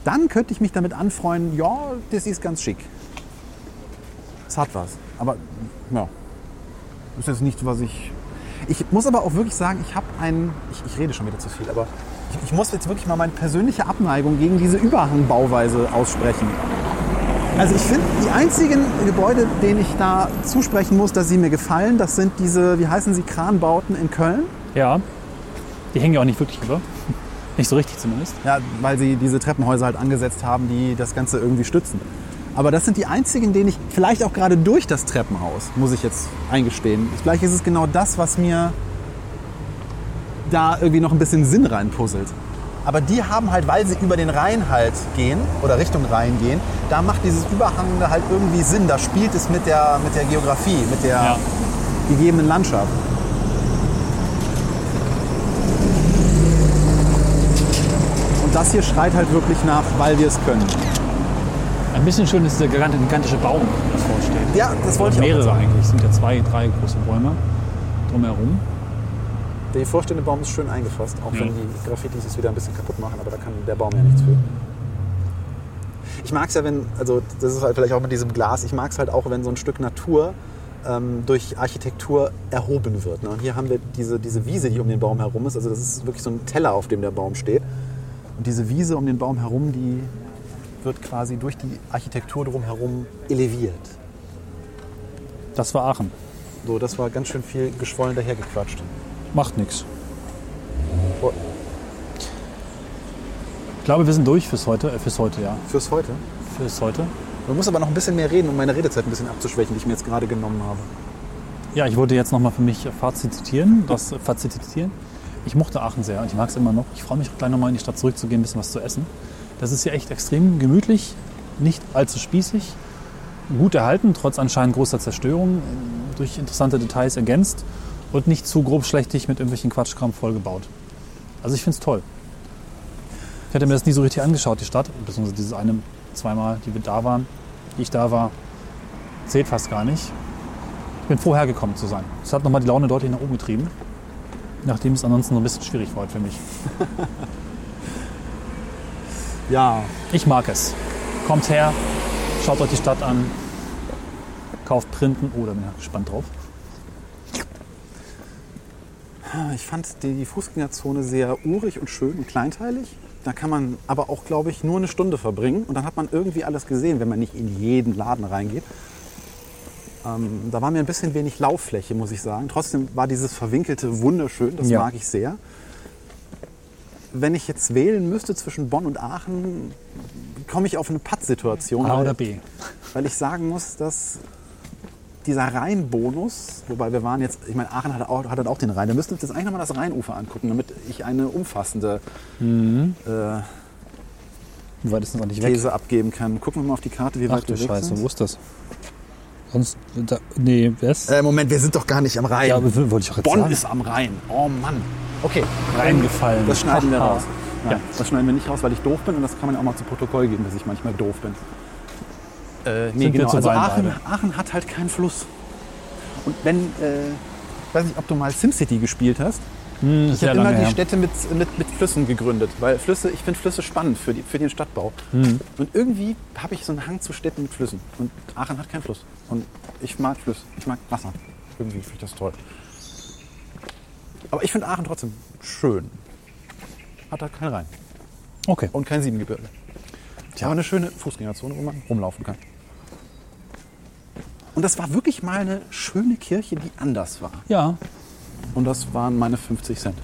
Speaker 3: dann könnte ich mich damit anfreuen, ja, das ist ganz schick. Es hat was. Aber ja, ist jetzt nicht, was ich. Ich muss aber auch wirklich sagen, ich habe einen. Ich, ich rede schon wieder zu viel, aber ich, ich muss jetzt wirklich mal meine persönliche Abneigung gegen diese Überhangbauweise aussprechen. Also ich finde, die einzigen Gebäude, denen ich da zusprechen muss, dass sie mir gefallen, das sind diese, wie heißen sie, Kranbauten in Köln.
Speaker 2: Ja. Die hängen ja auch nicht wirklich über. Nicht so richtig zumindest.
Speaker 3: Ja, weil sie diese Treppenhäuser halt angesetzt haben, die das Ganze irgendwie stützen. Aber das sind die einzigen, denen ich vielleicht auch gerade durch das Treppenhaus, muss ich jetzt eingestehen. Vielleicht ist es genau das, was mir da irgendwie noch ein bisschen Sinn reinpuzzelt. Aber die haben halt, weil sie über den Rhein halt gehen oder Richtung Rhein gehen, da macht dieses Überhangende halt irgendwie Sinn. Da spielt es mit der, mit der Geografie, mit der
Speaker 2: Ja.
Speaker 3: gegebenen Landschaft. Und das hier schreit halt wirklich nach, weil wir es können.
Speaker 2: Ein bisschen schön ist dieser gigant- gigantische Baum, der vorsteht.
Speaker 3: Ja, das wollte ich auch
Speaker 2: Mehrere
Speaker 3: sagen.
Speaker 2: eigentlich. Es sind ja zwei, drei große Bäume drumherum.
Speaker 3: Der vorstehende Baum ist schön eingefasst, auch
Speaker 2: Ja.
Speaker 3: wenn die Graffitis es wieder ein bisschen kaputt machen, aber da kann der Baum ja nichts für. Ich mag es ja, wenn, also das ist halt vielleicht auch mit diesem Glas, ich mag es halt auch, wenn so ein Stück Natur ähm, durch Architektur erhoben wird. Ne? Und hier haben wir diese, diese Wiese, die um den Baum herum ist, also das ist wirklich so ein Teller, auf dem der Baum steht. Und diese Wiese um den Baum herum, die wird quasi durch die Architektur drumherum eleviert.
Speaker 2: Das war Aachen.
Speaker 3: So, das war ganz schön viel geschwollen dahergequatscht.
Speaker 2: Macht nichts.
Speaker 3: Boah.
Speaker 2: Ich glaube, wir sind durch fürs heute. Äh, fürs heute, ja.
Speaker 3: Fürs heute.
Speaker 2: Fürs heute.
Speaker 3: Man muss aber noch ein bisschen mehr reden, um meine Redezeit ein bisschen abzuschwächen, die ich mir jetzt gerade genommen habe.
Speaker 2: Ja, ich wollte jetzt nochmal für mich Fazit zitieren. Das äh, Fazit zitieren. Ich mochte Aachen sehr und ich mag es immer noch. Ich freue mich gleich nochmal in die Stadt zurückzugehen, ein bisschen was zu essen. Das ist ja echt extrem gemütlich, nicht allzu spießig, gut erhalten, trotz anscheinend großer Zerstörung, äh, durch interessante Details ergänzt und nicht zu grob schlechtig mit irgendwelchen Quatschkram vollgebaut. Also ich finde es toll. Ich hatte mir das nie so richtig angeschaut, die Stadt, beziehungsweise dieses eine, zweimal, die wir da waren, die ich da war, zählt fast gar nicht. Ich bin froh, hergekommen zu sein. Das hat nochmal die Laune deutlich nach oben getrieben, nachdem es ansonsten so ein bisschen schwierig war heute für mich.
Speaker 3: Ja,
Speaker 2: Ich mag es. Kommt her, schaut euch die Stadt an, kauft Printen. Oh, da bin ich gespannt drauf.
Speaker 3: Ah, ich fand die die Fußgängerzone sehr urig und schön und kleinteilig. Da kann man aber auch, glaube ich, nur eine Stunde verbringen und dann hat man irgendwie alles gesehen, wenn man nicht in jeden Laden reingeht. Ähm, da war mir ein bisschen wenig Lauffläche, muss ich sagen. Trotzdem war dieses Verwinkelte wunderschön, das
Speaker 2: Ja.
Speaker 3: mag ich sehr. Wenn ich jetzt wählen müsste zwischen Bonn und Aachen, komme ich auf eine Pattsituation.
Speaker 2: A
Speaker 3: weil-
Speaker 2: oder B.
Speaker 3: Weil ich sagen muss, dass dieser Rheinbonus, wobei wir waren jetzt, ich meine, Aachen hat auch, hat halt auch den Rhein. Wir müssen uns jetzt eigentlich nochmal das Rheinufer angucken, damit ich eine umfassende
Speaker 2: Mhm.
Speaker 3: äh,
Speaker 2: Wie weit ist das eigentlich weg?
Speaker 3: These abgeben kann. Gucken wir mal auf die Karte, wie
Speaker 2: Ach
Speaker 3: weit
Speaker 2: du
Speaker 3: wir weg
Speaker 2: Scheiße,
Speaker 3: sind.
Speaker 2: wo ist das? Sonst, da, nee, was?
Speaker 3: Äh, Moment, wir sind doch gar nicht am Rhein.
Speaker 2: Ja, aber wollte ich auch jetzt
Speaker 3: Bonn
Speaker 2: sagen.
Speaker 3: ist am Rhein. Oh Mann. Okay,
Speaker 2: Reingefallen.
Speaker 3: Das schneiden wir
Speaker 2: Haha.
Speaker 3: raus. Nein,
Speaker 2: Ja.
Speaker 3: Das schneiden wir nicht raus, weil ich doof bin und das kann man ja auch mal zu Protokoll geben, dass ich manchmal doof bin. Äh, nee,
Speaker 2: Sind wir
Speaker 3: genau.
Speaker 2: zu
Speaker 3: Also
Speaker 2: beiden
Speaker 3: Aachen,
Speaker 2: beide.
Speaker 3: Aachen hat halt keinen Fluss. Und wenn, äh, ich weiß nicht, ob du mal SimCity gespielt hast,
Speaker 2: Hm,
Speaker 3: ich
Speaker 2: sehr
Speaker 3: habe immer
Speaker 2: lange
Speaker 3: die
Speaker 2: her.
Speaker 3: Städte mit, mit, mit Flüssen gegründet, weil Flüsse, ich finde Flüsse spannend für, die, für den Stadtbau.
Speaker 2: Hm.
Speaker 3: Und irgendwie habe ich so einen Hang zu Städten mit Flüssen. Und Aachen hat keinen Fluss. Und ich mag Fluss, ich mag Wasser. Irgendwie finde ich das toll. Aber ich finde Aachen trotzdem schön. Hat da keinen Rhein
Speaker 2: Okay,
Speaker 3: und kein Siebengebirge. Die haben eine schöne Fußgängerzone, wo man rumlaufen kann. Und das war wirklich mal eine schöne Kirche, die anders war.
Speaker 2: ja,
Speaker 3: Und das waren meine 50 Cent.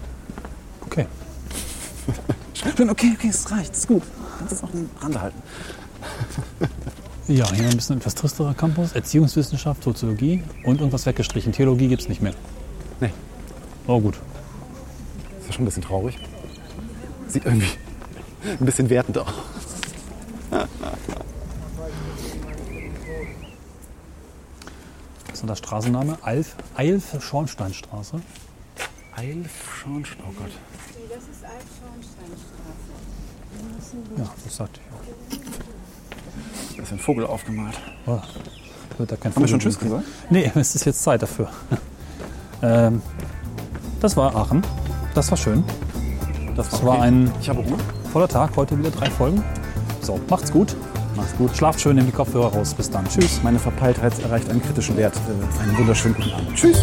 Speaker 2: okay.
Speaker 3: Schön, okay, okay, es reicht, ist gut. Kannst es noch am Rande halten.
Speaker 2: Ja, hier ein bisschen etwas tristerer Campus. Erziehungswissenschaft, Soziologie und irgendwas weggestrichen. Theologie gibt es nicht mehr.
Speaker 3: Nee.
Speaker 2: Oh gut.
Speaker 3: Ist ja schon ein bisschen traurig. Sieht irgendwie ein bisschen wertend aus.
Speaker 2: Was ist denn der Straßenname? Alf, Eilf Schornsteinstraße.
Speaker 3: Eilf Schornstein, oh Gott.
Speaker 6: Das ist alt Schornsteinstraße.
Speaker 2: Ja, das sagte ich
Speaker 3: Da ist ein Vogel aufgemalt.
Speaker 2: auch. Oh, wird da kein
Speaker 3: Haben wir schon
Speaker 2: Vogel
Speaker 3: Tschüss
Speaker 2: geben.
Speaker 3: gesagt?
Speaker 2: Nee, es ist jetzt Zeit dafür. ähm, das war Aachen. Das war schön. Das war, ein
Speaker 3: Ich habe Hunger.
Speaker 2: voller Tag. Heute wieder drei Folgen. So, macht's gut.
Speaker 3: Mach's gut.
Speaker 2: Schlaft schön, nehmt die Kopfhörer raus. Bis dann. Tschüss.
Speaker 3: Meine Verpeiltheit erreicht einen kritischen Wert. Äh, Einen wunderschönen guten Abend. Tschüss.